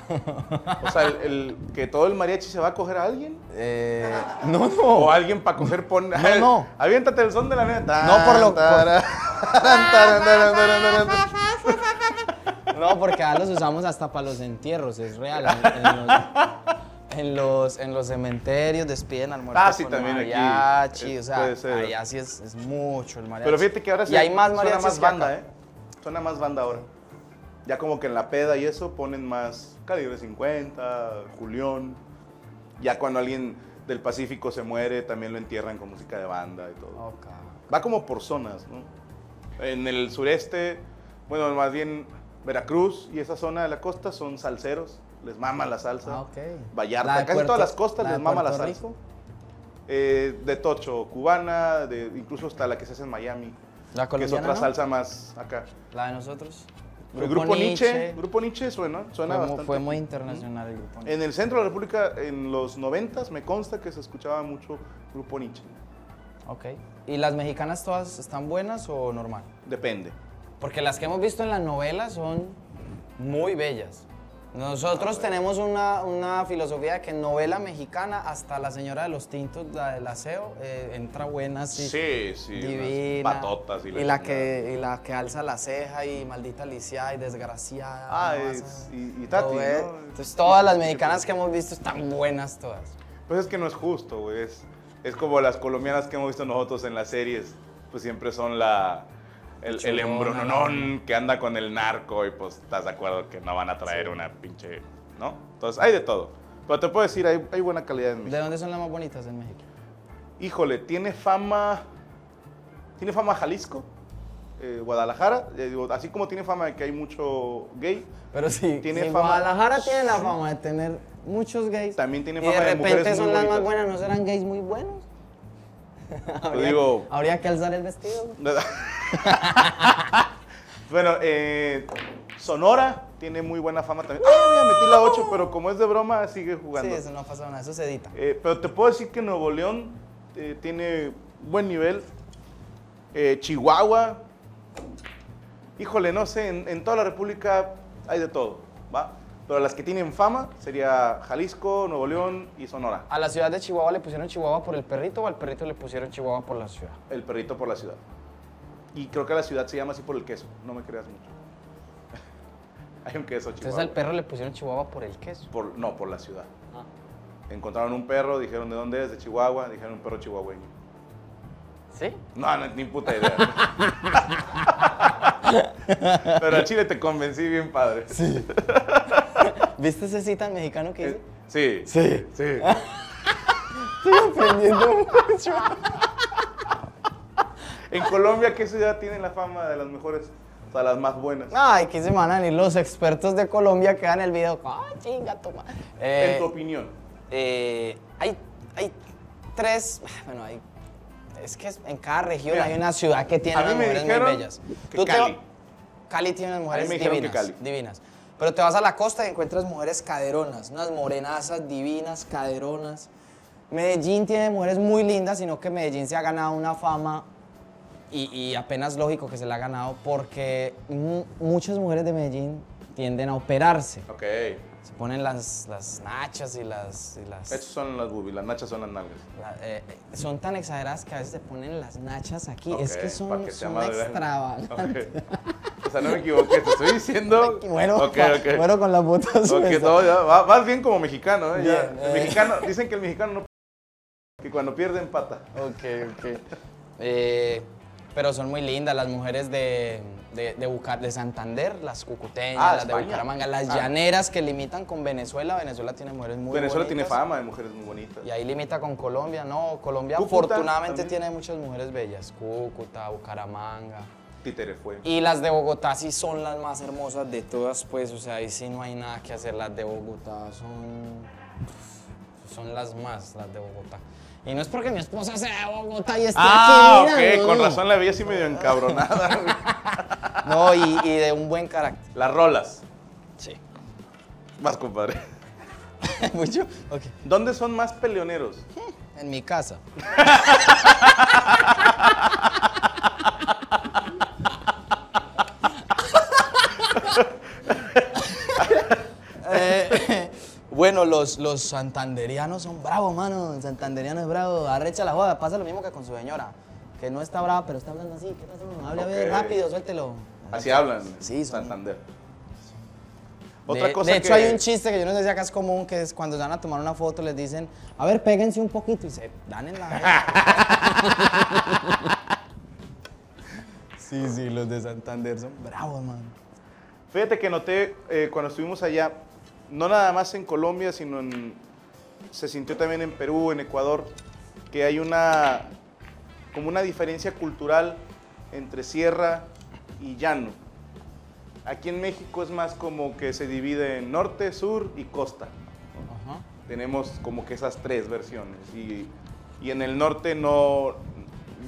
[SPEAKER 1] O sea, el, el- que todo el mariachi se va a coger a alguien.
[SPEAKER 3] Eh, no,
[SPEAKER 1] O
[SPEAKER 3] no.
[SPEAKER 1] alguien para coger pone.
[SPEAKER 3] No, no.
[SPEAKER 1] Aviéntate el son de la neta.
[SPEAKER 3] No, por lo- por-
[SPEAKER 1] lo.
[SPEAKER 3] No, porque ahora los usamos hasta para los entierros, es real. En, en los, en, los, en los cementerios despiden al muerto
[SPEAKER 1] Ah, sí,
[SPEAKER 3] con
[SPEAKER 1] también aquí,
[SPEAKER 3] mariachi.
[SPEAKER 1] eh,
[SPEAKER 3] o sea,
[SPEAKER 1] puede ser.
[SPEAKER 3] allá sí es, es mucho el mariachi.
[SPEAKER 1] Pero fíjate que ahora
[SPEAKER 3] Y
[SPEAKER 1] se-
[SPEAKER 3] hay más
[SPEAKER 1] suena
[SPEAKER 3] mariachis
[SPEAKER 1] más
[SPEAKER 3] que
[SPEAKER 1] banda,
[SPEAKER 3] acá.
[SPEAKER 1] ¿eh? Suena más banda ahora. Ya como que en la peda y eso ponen más calibre 50, Julión. Ya cuando alguien del Pacífico se muere, también lo entierran con música de banda y todo.
[SPEAKER 3] Ok.
[SPEAKER 1] Va como por zonas, ¿no? En el sureste, bueno, más bien Veracruz y esa zona de la costa son salseros, les mama la salsa.
[SPEAKER 3] Ah, ok.
[SPEAKER 1] Vallarta,
[SPEAKER 3] La de
[SPEAKER 1] casi
[SPEAKER 3] Puerto-
[SPEAKER 1] todas las costas
[SPEAKER 3] la
[SPEAKER 1] les
[SPEAKER 3] de
[SPEAKER 1] mama la
[SPEAKER 3] Puerto
[SPEAKER 1] salsa.
[SPEAKER 3] Rico.
[SPEAKER 1] Eh, de tocho, cubana, de, incluso hasta la que se hace en Miami, que
[SPEAKER 3] La
[SPEAKER 1] es
[SPEAKER 3] colombiana,
[SPEAKER 1] otra
[SPEAKER 3] ¿no?
[SPEAKER 1] salsa más acá.
[SPEAKER 3] La de nosotros.
[SPEAKER 1] el grupo Nietzsche, grupo Nietzsche suena, suena
[SPEAKER 3] fue, mu-
[SPEAKER 1] bastante.
[SPEAKER 3] fue muy internacional el grupo Nietzsche.
[SPEAKER 1] En el centro de la República, en los noventas, me consta que se escuchaba mucho grupo Nietzsche.
[SPEAKER 3] Ok. ¿Y las mexicanas todas están buenas o normal?
[SPEAKER 1] Depende.
[SPEAKER 3] Porque las que hemos visto en la novela son muy bellas. Nosotros tenemos una, una filosofía de que en novela mexicana hasta la señora de los tintos, la del aseo, eh, entra buena así.
[SPEAKER 1] sí, unas
[SPEAKER 3] Divina.
[SPEAKER 1] patotas y la
[SPEAKER 3] y, la
[SPEAKER 1] chingada.
[SPEAKER 3] que, y la que alza la ceja y maldita lisiada y desgraciada.
[SPEAKER 1] Ah,
[SPEAKER 3] ¿no?
[SPEAKER 1] es-
[SPEAKER 3] Esa-
[SPEAKER 1] y- y Tati,
[SPEAKER 3] todo es-
[SPEAKER 1] ¿no?
[SPEAKER 3] Entonces todas las mexicanas que hemos visto están buenas todas.
[SPEAKER 1] Pues es que no es justo, güey. Es, es como las colombianas que hemos visto nosotros en las series. Pues siempre son la. El, el
[SPEAKER 3] Chulona,
[SPEAKER 1] embrononón que anda con el narco y pues estás de acuerdo que no van a traer una pinche. ¿No? Entonces hay de todo. Pero te puedo decir, hay, hay buena calidad en
[SPEAKER 3] ¿De
[SPEAKER 1] México.
[SPEAKER 3] dónde son las más bonitas en México?
[SPEAKER 1] Híjole, tiene fama. Tiene fama Jalisco, eh, Guadalajara. eh, digo, así como tiene fama de que hay mucho gay,
[SPEAKER 3] Pero sí,
[SPEAKER 1] Tiene
[SPEAKER 3] si
[SPEAKER 1] fama-
[SPEAKER 3] Guadalajara tiene la fama de tener muchos gays.
[SPEAKER 1] También tiene
[SPEAKER 3] Y
[SPEAKER 1] fama
[SPEAKER 3] de
[SPEAKER 1] de
[SPEAKER 3] repente
[SPEAKER 1] mujeres
[SPEAKER 3] son
[SPEAKER 1] muy
[SPEAKER 3] las más
[SPEAKER 1] bonitas.
[SPEAKER 3] buenas, ¿no serán gays muy buenos?
[SPEAKER 1] Te digo- (laughs)
[SPEAKER 3] Habría que alzar el vestido.
[SPEAKER 1] bueno, eh, Sonora tiene muy buena fama también. Ah, ya metí la 8, pero como es de broma, sigue
[SPEAKER 3] Sí,
[SPEAKER 1] jugando.
[SPEAKER 3] eso no pasa nada, eso se edita.
[SPEAKER 1] Eh, pero te puedo decir que Nuevo León eh, tiene buen nivel. Eh, Chihuahua. Híjole, no sé, en, en toda la República hay de todo, ¿va? Pero las que tienen fama sería Jalisco, Nuevo León y Sonora.
[SPEAKER 3] ¿A la ciudad de Chihuahua le pusieron Chihuahua por el perrito o al perrito le pusieron Chihuahua por la ciudad?
[SPEAKER 1] El perrito por la ciudad. Y creo que la ciudad se llama así por el queso, no me creas mucho. (laughs) hay un queso chihuahua.
[SPEAKER 3] Entonces al perro le pusieron Chihuahua por el queso.
[SPEAKER 1] Por- no, por la ciudad.
[SPEAKER 3] Ah.
[SPEAKER 1] Encontraron un perro, dijeron de dónde es, de Chihuahua, dijeron un perro chihuahueño.
[SPEAKER 3] ¿Sí?
[SPEAKER 1] No, no, ni puta idea. Pero al Chile te convencí bien padre. Sí.
[SPEAKER 3] ¿Viste ese cita mexicano que
[SPEAKER 1] (laughs) Sí.
[SPEAKER 3] hice? Sí.
[SPEAKER 1] Sí.
[SPEAKER 3] Estoy aprendiendo mucho.
[SPEAKER 1] En Colombia, ¿qué ciudad tiene la fama de las mejores? O sea, las más buenas.
[SPEAKER 3] Ay, que se van a venir los expertos de Colombia que dan el video. ¡Ah, chinga, Eh, toma!
[SPEAKER 1] En tu opinión.
[SPEAKER 3] Eh, hay, hay tres, (sighs) bueno, hay, es que es- en cada región
[SPEAKER 1] Mira,
[SPEAKER 3] hay una ciudad que tiene
[SPEAKER 1] a mí
[SPEAKER 3] unas
[SPEAKER 1] me
[SPEAKER 3] mujeres muy
[SPEAKER 1] dijeron
[SPEAKER 3] bellas.
[SPEAKER 1] que
[SPEAKER 3] te-
[SPEAKER 1] Cali.
[SPEAKER 3] Cali tiene unas mujeres
[SPEAKER 1] me dijeron que
[SPEAKER 3] divinas,
[SPEAKER 1] Cali.
[SPEAKER 3] divinas. Pero te vas a la costa y encuentras mujeres caderonas, unas morenazas divinas, caderonas. Medellín tiene mujeres muy lindas, sino que Medellín se ha ganado una fama y, y apenas lógico que se la ha ganado porque mu- muchas mujeres de Medellín tienden a operarse.
[SPEAKER 1] Ok.
[SPEAKER 3] Se ponen las, las nachas y las... y las-
[SPEAKER 1] Estas son las boobies, las nachas son las nalgas.
[SPEAKER 3] la- eh, eh, son tan exageradas que a veces te ponen las nachas aquí. es
[SPEAKER 1] Ok,
[SPEAKER 3] que
[SPEAKER 1] para
[SPEAKER 3] son,
[SPEAKER 1] que sea
[SPEAKER 3] son
[SPEAKER 1] más grande. (laughs)
[SPEAKER 3] extravagantes.
[SPEAKER 1] Ok. O sea, no me equivoqué, te estoy
[SPEAKER 3] (laughs)
[SPEAKER 1] diciendo.
[SPEAKER 3] Bueno,
[SPEAKER 1] Ok,
[SPEAKER 3] pa-
[SPEAKER 1] ok.
[SPEAKER 3] bueno, con las botas
[SPEAKER 1] Ok,
[SPEAKER 3] sueltas.
[SPEAKER 1] no, ya, va- vas bien como mexicano, ¿eh? Ya,
[SPEAKER 3] Bien,
[SPEAKER 1] el
[SPEAKER 3] eh.
[SPEAKER 1] mexicano, dicen que el mexicano no. Que cuando pierde empata.
[SPEAKER 3] Ok, ok. Eh, pero son muy lindas las mujeres de, de, de Buca- de Santander, las cucuteñas,
[SPEAKER 1] Ah,
[SPEAKER 3] las de
[SPEAKER 1] España.
[SPEAKER 3] Bucaramanga, las
[SPEAKER 1] Ah.
[SPEAKER 3] llaneras que limitan con Venezuela. Venezuela tiene mujeres muy
[SPEAKER 1] Venezuela tiene
[SPEAKER 3] bonitas.
[SPEAKER 1] fama de mujeres muy bonitas.
[SPEAKER 3] Y ahí limita con Colombia, no, Colombia
[SPEAKER 1] Cúcuta
[SPEAKER 3] afortunadamente
[SPEAKER 1] también.
[SPEAKER 3] tiene muchas mujeres bellas, Cúcuta, Bucaramanga.
[SPEAKER 1] Títere fue.
[SPEAKER 3] Y las de Bogotá sí son las más hermosas de todas, pues, o sea, ahí sí no hay nada que hacer. Las de Bogotá son. Son las más, las de Bogotá. Y no es porque mi esposa sea de Bogotá y esté
[SPEAKER 1] Ah,
[SPEAKER 3] aquí. mira,
[SPEAKER 1] ok,
[SPEAKER 3] no,
[SPEAKER 1] con
[SPEAKER 3] no.
[SPEAKER 1] razón la veía así medio encabronada. güey.
[SPEAKER 3] No, y, y de un buen carácter.
[SPEAKER 1] (laughs)
[SPEAKER 3] (laughs)
[SPEAKER 1] Las rolas.
[SPEAKER 3] Sí.
[SPEAKER 1] Más, compadre.
[SPEAKER 3] Mucho. Ok.
[SPEAKER 1] ¿Dónde son más peleoneros?
[SPEAKER 3] En mi casa. Eh, (laughs) bueno, los, los santanderianos son bravos, mano. El santanderiano es bravo. Arrecha la joda. Pasa lo mismo que con su señora. Que no está brava, pero está hablando así. ¿Qué pasa? Hable a ver,
[SPEAKER 1] Ok.
[SPEAKER 3] rápido, suéltelo.
[SPEAKER 1] Así hablan.
[SPEAKER 3] Sí, son-
[SPEAKER 1] Santander.
[SPEAKER 3] de, de hecho, hay un chiste que yo no sé si acá es común, que es cuando se van a tomar una foto, les dicen, a ver, péguense un poquito y se dan en la... (laughs) sí, sí, los de Santander son bravos, man.
[SPEAKER 1] Fíjate que noté eh, cuando estuvimos allá, no nada más en Colombia, sino en. Se sintió también en Perú, en Ecuador, que hay una. como una diferencia cultural entre sierra y llano. Aquí en México es más como que se divide en norte, sur y costa.
[SPEAKER 3] Ajá.
[SPEAKER 1] Tenemos como que esas tres versiones. Y, y en el norte no,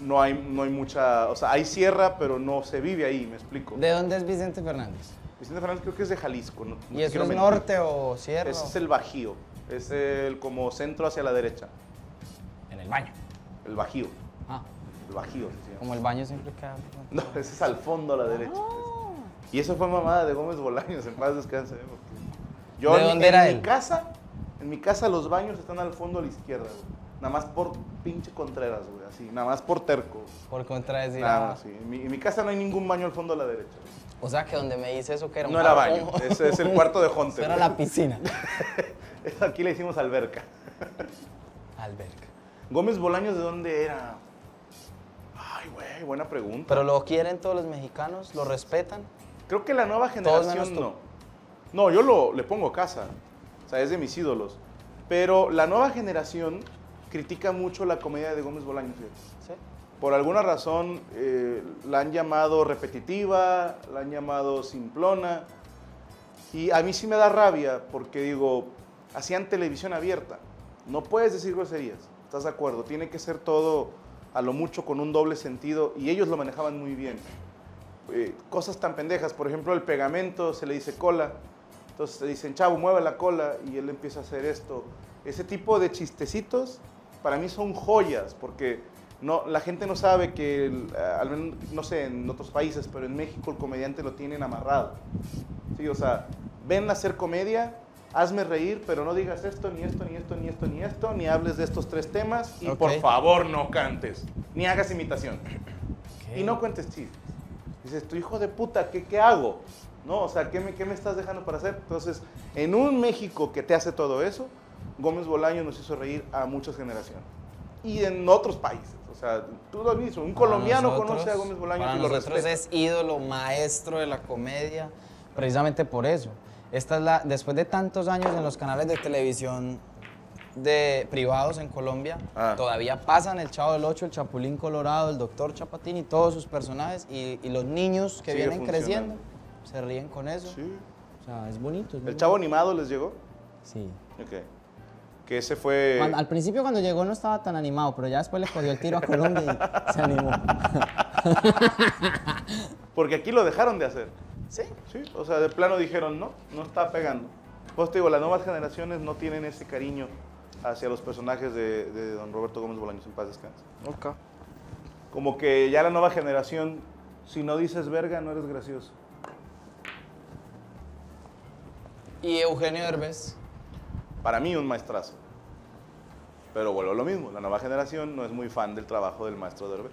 [SPEAKER 1] no, hay, no hay mucha. O sea, hay sierra, pero no se vive ahí, me explico.
[SPEAKER 3] ¿De dónde es Vicente Fernández?
[SPEAKER 1] Vicente Fernández creo que es de Jalisco. No, no te
[SPEAKER 3] ¿Y eso
[SPEAKER 1] quiero
[SPEAKER 3] es
[SPEAKER 1] mentir.
[SPEAKER 3] norte o sierra?
[SPEAKER 1] Ese
[SPEAKER 3] o-
[SPEAKER 1] es el Bajío. Es el como centro hacia la derecha.
[SPEAKER 3] En el baño.
[SPEAKER 1] El Bajío.
[SPEAKER 3] Ah,
[SPEAKER 1] El Bajío. se llama.
[SPEAKER 3] como el baño siempre queda...
[SPEAKER 1] No, (laughs) ese es al fondo a la derecha.
[SPEAKER 3] Ah.
[SPEAKER 1] Y eso fue mamada de Gómez Bolaños. En paz descanse. ¿eh? Porque Yo
[SPEAKER 3] ¿De
[SPEAKER 1] en-
[SPEAKER 3] dónde
[SPEAKER 1] en
[SPEAKER 3] era
[SPEAKER 1] mi
[SPEAKER 3] él?
[SPEAKER 1] casa, en mi casa los baños están al fondo a la izquierda, güey. Nada más por pinche Contreras, güey. Así, nada más por terco.
[SPEAKER 3] Por contradecir
[SPEAKER 1] Nada
[SPEAKER 3] a-
[SPEAKER 1] más, sí. En mi, en mi casa no hay ningún baño al fondo a la derecha. güey.
[SPEAKER 3] O sea, que donde me dice eso que era un
[SPEAKER 1] No era
[SPEAKER 3] jabón.
[SPEAKER 1] baño, ese es el cuarto de Hunter.
[SPEAKER 3] (laughs) Eso (laughs) era la piscina.
[SPEAKER 1] (laughs) Aquí le hicimos alberca.
[SPEAKER 3] Alberca.
[SPEAKER 1] Gómez Bolaños, ¿de dónde era? Ay, güey, buena pregunta.
[SPEAKER 3] Pero lo quieren todos los mexicanos, lo respetan.
[SPEAKER 1] Creo que la nueva
[SPEAKER 3] menos
[SPEAKER 1] generación
[SPEAKER 3] tú.
[SPEAKER 1] no. No, yo lo, le pongo casa. O sea, es de mis ídolos. Pero la nueva generación critica mucho la comedia de Gómez Bolaños. fíjate.
[SPEAKER 3] ¿sí?
[SPEAKER 1] Por alguna razón eh, la han llamado repetitiva, la han llamado simplona. Y a mí sí me da rabia porque digo, hacían televisión abierta. No puedes decir groserías, ¿estás de acuerdo? Tiene que ser todo a lo mucho con un doble sentido y ellos lo manejaban muy bien. Eh, cosas tan pendejas, por ejemplo, el pegamento se le dice cola. Entonces te dicen, chavo, mueve la cola y él empieza a hacer esto. Ese tipo de chistecitos para mí son joyas porque no, la gente no sabe que, el- eh, al menos, no sé, en otros países, pero en México el comediante lo tienen amarrado. Sí, o sea, ven a hacer comedia, hazme reír, pero no digas esto, ni esto, ni esto, ni esto, ni esto, ni hables de estos tres temas y
[SPEAKER 3] Ok.
[SPEAKER 1] por favor no cantes, ni hagas imitación y no cuentes chistes. Dices, tu hijo de puta, ¿qué, qué hago? ¿No? O sea, ¿qué me, qué me estás dejando para hacer? Entonces, en un México que te hace todo eso, Gómez Bolaño nos hizo reír a muchas generaciones. Y en otros países. O sea, tú lo mismo. Un
[SPEAKER 3] Para
[SPEAKER 1] colombiano
[SPEAKER 3] nosotros-
[SPEAKER 1] conoce a Gómez Bolaño
[SPEAKER 3] Para
[SPEAKER 1] y lo
[SPEAKER 3] nosotros
[SPEAKER 1] respeta.
[SPEAKER 3] es ídolo, maestro de la comedia, precisamente por eso. Esta es la, después de tantos años en los canales de televisión de privados en Colombia,
[SPEAKER 1] Ah.
[SPEAKER 3] todavía pasan el Chavo del Ocho, el Chapulín Colorado, el Doctor Chapatín y todos sus personajes y, y los niños que
[SPEAKER 1] Sigue
[SPEAKER 3] vienen creciendo
[SPEAKER 1] funcionando.
[SPEAKER 3] se ríen con eso.
[SPEAKER 1] Sí.
[SPEAKER 3] O sea, es bonito. es muy
[SPEAKER 1] ¿El chavo
[SPEAKER 3] bonito.
[SPEAKER 1] animado les llegó?
[SPEAKER 3] Sí.
[SPEAKER 1] Ok. Que ese fue...
[SPEAKER 3] Cuando- al principio cuando llegó no estaba tan animado, pero ya después le cogió el tiro a Colombia y
[SPEAKER 1] (laughs)
[SPEAKER 3] se animó.
[SPEAKER 1] Porque aquí lo dejaron de hacer.
[SPEAKER 3] Sí.
[SPEAKER 1] Sí, o sea, de plano dijeron, no, no está pegando. Pues te digo, las nuevas generaciones no tienen ese cariño hacia los personajes de, de don Roberto Gómez Bolaños, en paz descanse.
[SPEAKER 3] Ok.
[SPEAKER 1] Como que ya la nueva generación, si no dices verga, no eres gracioso.
[SPEAKER 3] Y Eugenio Derbez.
[SPEAKER 1] Para mí, un maestrazo. Pero vuelvo a lo mismo, la nueva generación no es muy fan del trabajo del maestro Derbez.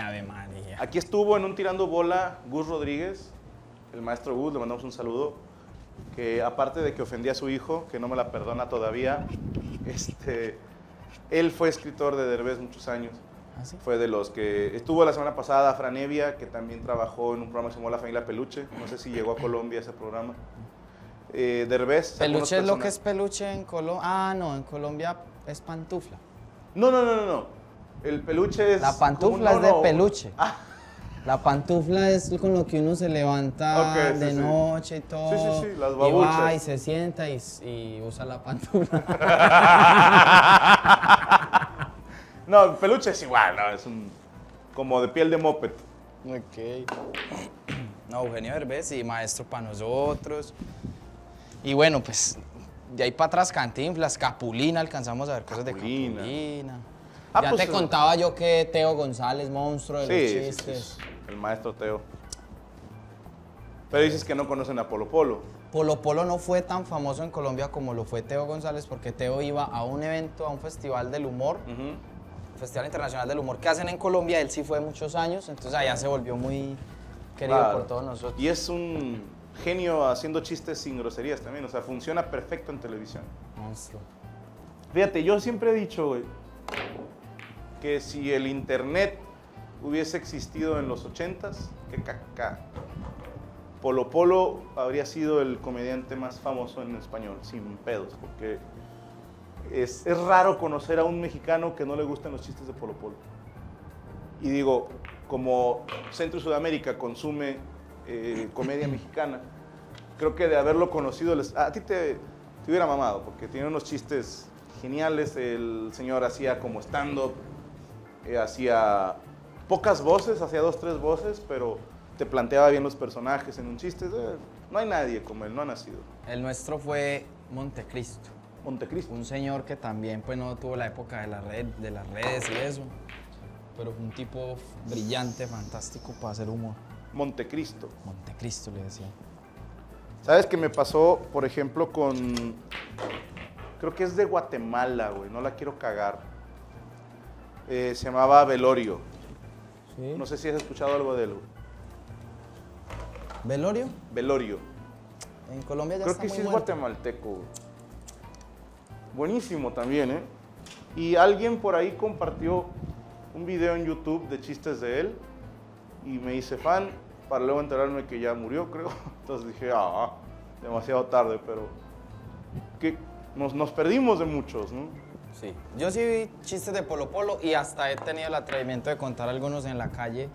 [SPEAKER 3] Ave María.
[SPEAKER 1] Aquí estuvo en un tirando bola Gus Rodríguez, el maestro Gus, le mandamos un saludo, que aparte de que ofendía a su hijo, que no me la perdona todavía, este, él fue escritor de Derbez muchos años.
[SPEAKER 3] ¿Así?
[SPEAKER 1] Fue de los que estuvo la semana pasada Fran Evia, que también trabajó en un programa que se llamó La Familia Peluche. No sé si llegó a Colombia ese programa. Eh, Derbez. sacó unos
[SPEAKER 3] Peluche es lo
[SPEAKER 1] personajes-
[SPEAKER 3] que es peluche en Colombia. Ah, no, en Colombia es pantufla.
[SPEAKER 1] No, no, no, no, no. El peluche es.
[SPEAKER 3] La pantufla
[SPEAKER 1] como-
[SPEAKER 3] es
[SPEAKER 1] no,
[SPEAKER 3] de
[SPEAKER 1] no.
[SPEAKER 3] peluche.
[SPEAKER 1] Ah.
[SPEAKER 3] La pantufla es con lo que uno se levanta
[SPEAKER 1] Ok, sí,
[SPEAKER 3] de
[SPEAKER 1] sí.
[SPEAKER 3] noche y todo.
[SPEAKER 1] Sí, sí, sí, las
[SPEAKER 3] y va
[SPEAKER 1] babuchas.
[SPEAKER 3] y se sienta y, y usa la pantufla. (laughs)
[SPEAKER 1] No, el peluche es igual, ¿no? Es un. como de piel de moped.
[SPEAKER 3] (coughs) ok. No, Eugenio Derbez y maestro para nosotros. Y bueno, pues De ahí para atrás, Cantinflas, Capulina, alcanzamos a ver cosas
[SPEAKER 1] Capulina.
[SPEAKER 3] de Capulina.
[SPEAKER 1] Ah,
[SPEAKER 3] ya
[SPEAKER 1] pues,
[SPEAKER 3] te contaba yo que Teo González, monstruo de
[SPEAKER 1] Sí,
[SPEAKER 3] los
[SPEAKER 1] sí, sí,
[SPEAKER 3] chistes.
[SPEAKER 1] sí. el maestro Teo. Pero dices que no conocen a Polo Polo.
[SPEAKER 3] Polo Polo no fue tan famoso en Colombia como lo fue Teo González, porque Teo iba a un evento, a un festival del humor,
[SPEAKER 1] Ujú.
[SPEAKER 3] Festival Internacional del Humor que hacen en Colombia. Él sí fue muchos años, entonces allá se volvió muy querido
[SPEAKER 1] Claro.
[SPEAKER 3] por todos nosotros.
[SPEAKER 1] Y es un genio haciendo chistes sin groserías también. O sea, funciona perfecto en televisión.
[SPEAKER 3] Monstruo.
[SPEAKER 1] Fíjate, yo siempre he dicho, güey, que si el internet hubiese existido en los 80s, que caca. Polo Polo habría sido el comediante más famoso en español, sin pedos, porque es, es raro conocer a un mexicano que no le gustan los chistes de Polo Polo. Y digo, como Centro y Sudamérica consume eh, comedia mexicana, creo que de haberlo conocido, les- a ti te, te hubiera mamado, porque tiene unos chistes geniales. El señor hacía como stand-up, eh, hacía pocas voces, hacía dos, tres voces, pero te planteaba bien los personajes en un chiste. eh, no hay nadie como él, no ha nacido.
[SPEAKER 3] El nuestro fue Montecristo,
[SPEAKER 1] Montecristo.
[SPEAKER 3] un señor que también pues, no tuvo la época de, la red, de las redes y eso, pero fue un tipo brillante, fantástico para hacer humor.
[SPEAKER 1] Montecristo.
[SPEAKER 3] Montecristo le decía.
[SPEAKER 1] ¿Sabes qué me pasó, por ejemplo, con. Creo que es de Guatemala, güey, no la quiero cagar. Eh, se llamaba Velorio. No sé si has escuchado algo de él. güey.
[SPEAKER 3] ¿Velorio?
[SPEAKER 1] Velorio.
[SPEAKER 3] En Colombia ya
[SPEAKER 1] Creo
[SPEAKER 3] está
[SPEAKER 1] que
[SPEAKER 3] muy
[SPEAKER 1] sí es
[SPEAKER 3] muerto.
[SPEAKER 1] guatemalteco. güey. Buenísimo también, ¿eh? Y alguien por ahí compartió un video en YouTube de chistes de él y me hice fan para luego enterarme que ya murió, creo. (laughs) Entonces dije, ah, demasiado tarde, pero que nos, nos perdimos de muchos, ¿no?
[SPEAKER 3] Sí. Yo sí vi chistes de Polo Polo y hasta he tenido el atrevimiento de contar algunos en la calle.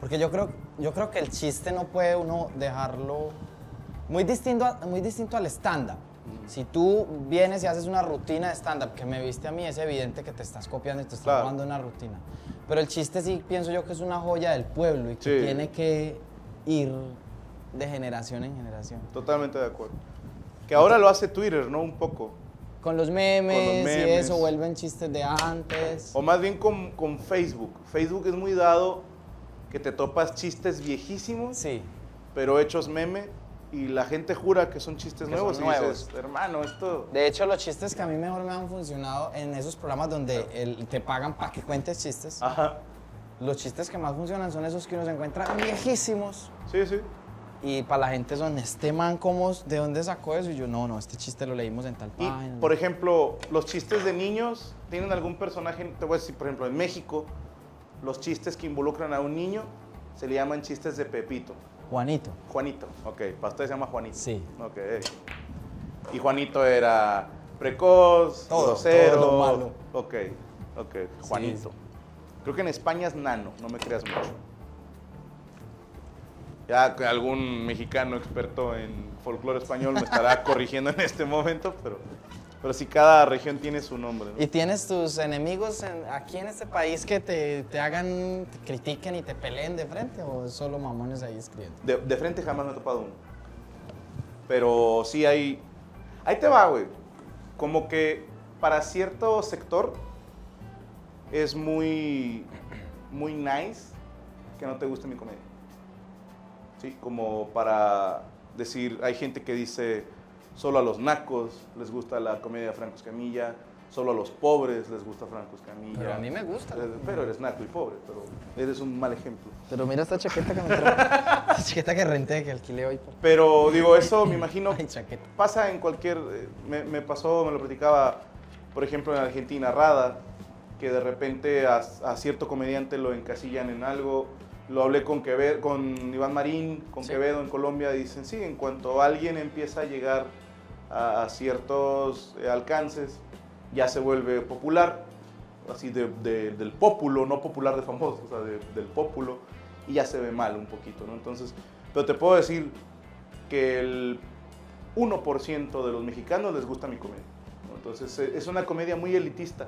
[SPEAKER 3] Porque yo creo, yo creo que el chiste no puede uno dejarlo muy distinto, a- muy distinto al stand-up. Si tú vienes y haces una rutina de stand-up que me viste a mí, es evidente que te estás copiando y te estás
[SPEAKER 1] Claro.
[SPEAKER 3] robando una rutina. Pero el chiste sí pienso yo que es una joya del pueblo y que
[SPEAKER 1] Sí.
[SPEAKER 3] tiene que ir de generación en generación.
[SPEAKER 1] Totalmente de acuerdo. Que ahora lo hace Twitter, ¿no? Un poco.
[SPEAKER 3] Con los memes, y
[SPEAKER 1] memes.
[SPEAKER 3] eso, vuelven chistes de antes.
[SPEAKER 1] O más bien con, con Facebook. Facebook es muy dado que te topas chistes viejísimos.
[SPEAKER 3] Sí.
[SPEAKER 1] pero hechos meme y la gente jura que son chistes
[SPEAKER 3] Que
[SPEAKER 1] nuevos.
[SPEAKER 3] son
[SPEAKER 1] y
[SPEAKER 3] nuevos.
[SPEAKER 1] dices, hermano, esto.
[SPEAKER 3] De hecho, los chistes que a mí mejor me han funcionado en esos programas donde el- te pagan para que cuentes chistes,
[SPEAKER 1] Ajá.
[SPEAKER 3] los chistes que más funcionan son esos que uno se encuentra viejísimos
[SPEAKER 1] Sí, sí.
[SPEAKER 3] y para la gente son, este man, ¿cómo, ¿de dónde sacó eso? Y yo, no, no, este chiste lo leímos en tal
[SPEAKER 1] Y,
[SPEAKER 3] página.
[SPEAKER 1] por ejemplo, los chistes de niños tienen algún personaje. Te voy a decir, por ejemplo, en México, los chistes que involucran a un niño se le llaman chistes de Pepito.
[SPEAKER 3] Juanito.
[SPEAKER 1] Juanito. Ok, para ustedes se llama Juanito.
[SPEAKER 3] Sí.
[SPEAKER 1] Ok. Y Juanito era precoz,
[SPEAKER 3] Todo,
[SPEAKER 1] grosero.
[SPEAKER 3] todo lo malo.
[SPEAKER 1] Ok, ok. Juanito. Creo que en España es nano, no me creas mucho. Ya que algún mexicano experto en folclore español me estará (laughs) corrigiendo en este momento, pero, pero sí cada región tiene su nombre. ¿no?
[SPEAKER 3] ¿Y tienes tus enemigos en- aquí en este país que te, te hagan, te critiquen y te peleen de frente o solo mamones ahí escribiendo?
[SPEAKER 1] De, de frente jamás me he topado uno. Pero sí hay. Ahí te va, güey. Como que para cierto sector es muy. Muy nice que no te guste mi comedia. Sí, como para decir. Hay gente que dice. Solo a los nacos les gusta la comedia de Franco Escamilla. Solo a los pobres les gusta Franco Escamilla. Eh,
[SPEAKER 3] Pero a mí me gusta.
[SPEAKER 1] Pero
[SPEAKER 3] (laughs)
[SPEAKER 1] eres naco y pobre, pero eres un mal ejemplo.
[SPEAKER 3] Pero mira esta chaqueta que me trajo. Esta chaqueta que renté, que alquilé hoy. por-
[SPEAKER 1] Pero digo, eso me imagino
[SPEAKER 3] (laughs) Ay, chaqueta.
[SPEAKER 1] pasa en cualquier. eh, Me, me pasó, me lo platicaba, por ejemplo, en Argentina, Rada, que de repente a, a cierto comediante lo encasillan en algo. Lo hablé con, Quevedo, con Iván Marín, con
[SPEAKER 3] Sí.
[SPEAKER 1] Quevedo en Colombia, y dicen, sí, en cuanto alguien empieza a llegar a, a ciertos eh, alcances, ya se vuelve popular, así de- de- del pópulo, no popular de famoso, o sea, de- del pópulo, y ya se ve mal un poquito, ¿no? Entonces, pero te puedo decir que el 1% de los mexicanos les gusta mi comedia. ¿no? Entonces eh, es una comedia muy elitista.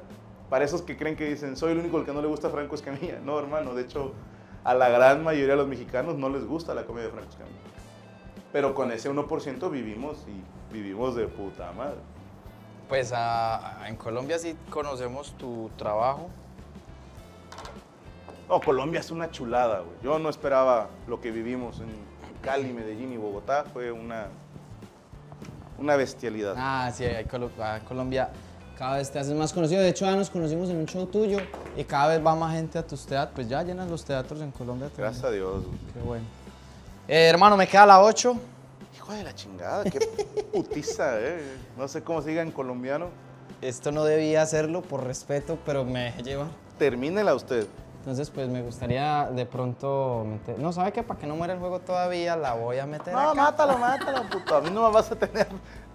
[SPEAKER 1] Para esos que creen que dicen, soy el único al que no le gusta Franco Escamilla. No, hermano, de hecho, a la gran mayoría de los mexicanos no les gusta la comedia de Franco Escamilla. Pero con ese 1% vivimos y vivimos de puta madre.
[SPEAKER 3] pues a- a- en Colombia sí conocemos tu trabajo.
[SPEAKER 1] No, Colombia es una chulada, güey. Yo no esperaba lo que vivimos en Cali, Medellín y Bogotá. Fue una, una bestialidad.
[SPEAKER 3] Ah, sí, hay Colo- ah, Colombia cada vez te haces más conocido. De hecho, ya nos conocimos en un show tuyo y cada vez va más gente a tus teatros. Pues ya llenas los teatros en Colombia. también.
[SPEAKER 1] Gracias a Dios. güey.
[SPEAKER 3] Qué bueno. Eh, hermano, me queda la 8.
[SPEAKER 1] Hijo de la chingada, qué putiza, eh. No sé cómo se diga en colombiano.
[SPEAKER 3] Esto no debía hacerlo por respeto, pero me dejé llevar.
[SPEAKER 1] Termínela usted.
[SPEAKER 3] Entonces, pues me gustaría de pronto meter. No, ¿sabe qué? Para que no muera el juego todavía, la voy a meter.
[SPEAKER 1] No,
[SPEAKER 3] acá.
[SPEAKER 1] mátalo, mátalo, puto. A mí no me vas a tener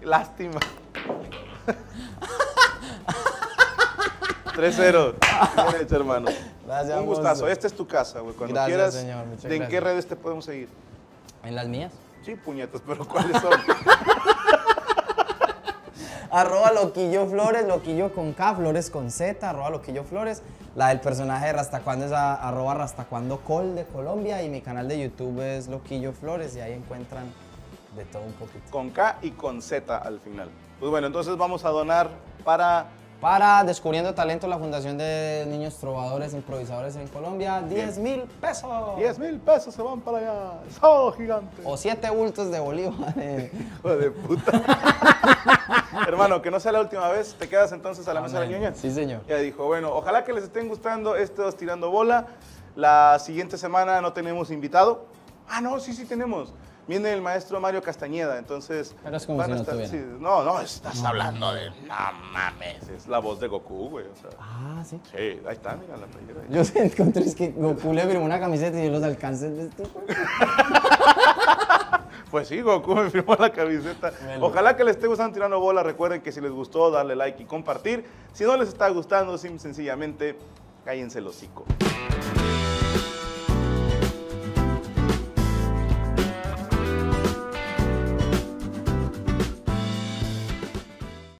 [SPEAKER 1] lástima. 3-0. Bien hecho, hermano.
[SPEAKER 3] Gracias,
[SPEAKER 1] Un gustazo.
[SPEAKER 3] Monse.
[SPEAKER 1] Esta es tu casa, güey. Cuando
[SPEAKER 3] Gracias,
[SPEAKER 1] quieras,
[SPEAKER 3] señor. Muchas
[SPEAKER 1] ¿de en qué
[SPEAKER 3] gracias.
[SPEAKER 1] redes te podemos seguir?
[SPEAKER 3] En las mías.
[SPEAKER 1] Sí, puñetas, pero ¿cuáles
[SPEAKER 3] (laughs)
[SPEAKER 1] son?
[SPEAKER 3] Arroba Loquillo Flores, Loquillo con K, Flores con Z, arroba Loquillo Flores. La del personaje de Rastacuando es a- arroba Rastacuando Col de Colombia y mi canal de YouTube es Loquillo Flores y ahí encuentran de todo un poquito.
[SPEAKER 1] con K y con Z al final. Pues bueno, entonces vamos a donar para
[SPEAKER 3] Para Descubriendo Talento, la Fundación de Niños Trovadores Improvisadores en Colombia, 10 mil pesos.
[SPEAKER 1] 10 mil pesos. Se van para allá. Sábado gigante.
[SPEAKER 3] O 7 bultos de bolívares.
[SPEAKER 1] Hijo de
[SPEAKER 3] (laughs)
[SPEAKER 1] puta. Hermano, que no sea la última vez, te quedas entonces a la mesa de la
[SPEAKER 3] Amén.
[SPEAKER 1] ñoña. Eh.
[SPEAKER 3] Sí, señor.
[SPEAKER 1] Ya dijo, bueno, ojalá que les estén gustando estos tirando bola. La siguiente semana no tenemos invitado. Ah, no, sí, sí tenemos. Viene el maestro Mario Castañeda, entonces.
[SPEAKER 3] Pero es como
[SPEAKER 1] van
[SPEAKER 3] si
[SPEAKER 1] a
[SPEAKER 3] no
[SPEAKER 1] estar-
[SPEAKER 3] estuviera.
[SPEAKER 1] sí, No, no, estás hablando de. No mames. Es la voz de Goku, güey. o sea,
[SPEAKER 3] Ah, sí.
[SPEAKER 1] sí, ahí está, mira la playera.
[SPEAKER 3] Yo (laughs) sé, encontré es que Goku le firmó una camiseta y yo los alcances de este.
[SPEAKER 1] Pues sí, Goku (laughs) me firmó la camiseta. Ojalá que les esté gustando Tirando Bola. Recuerden que si les gustó, darle like y compartir. Si no les está gustando, sim- sencillamente cállense el hocico.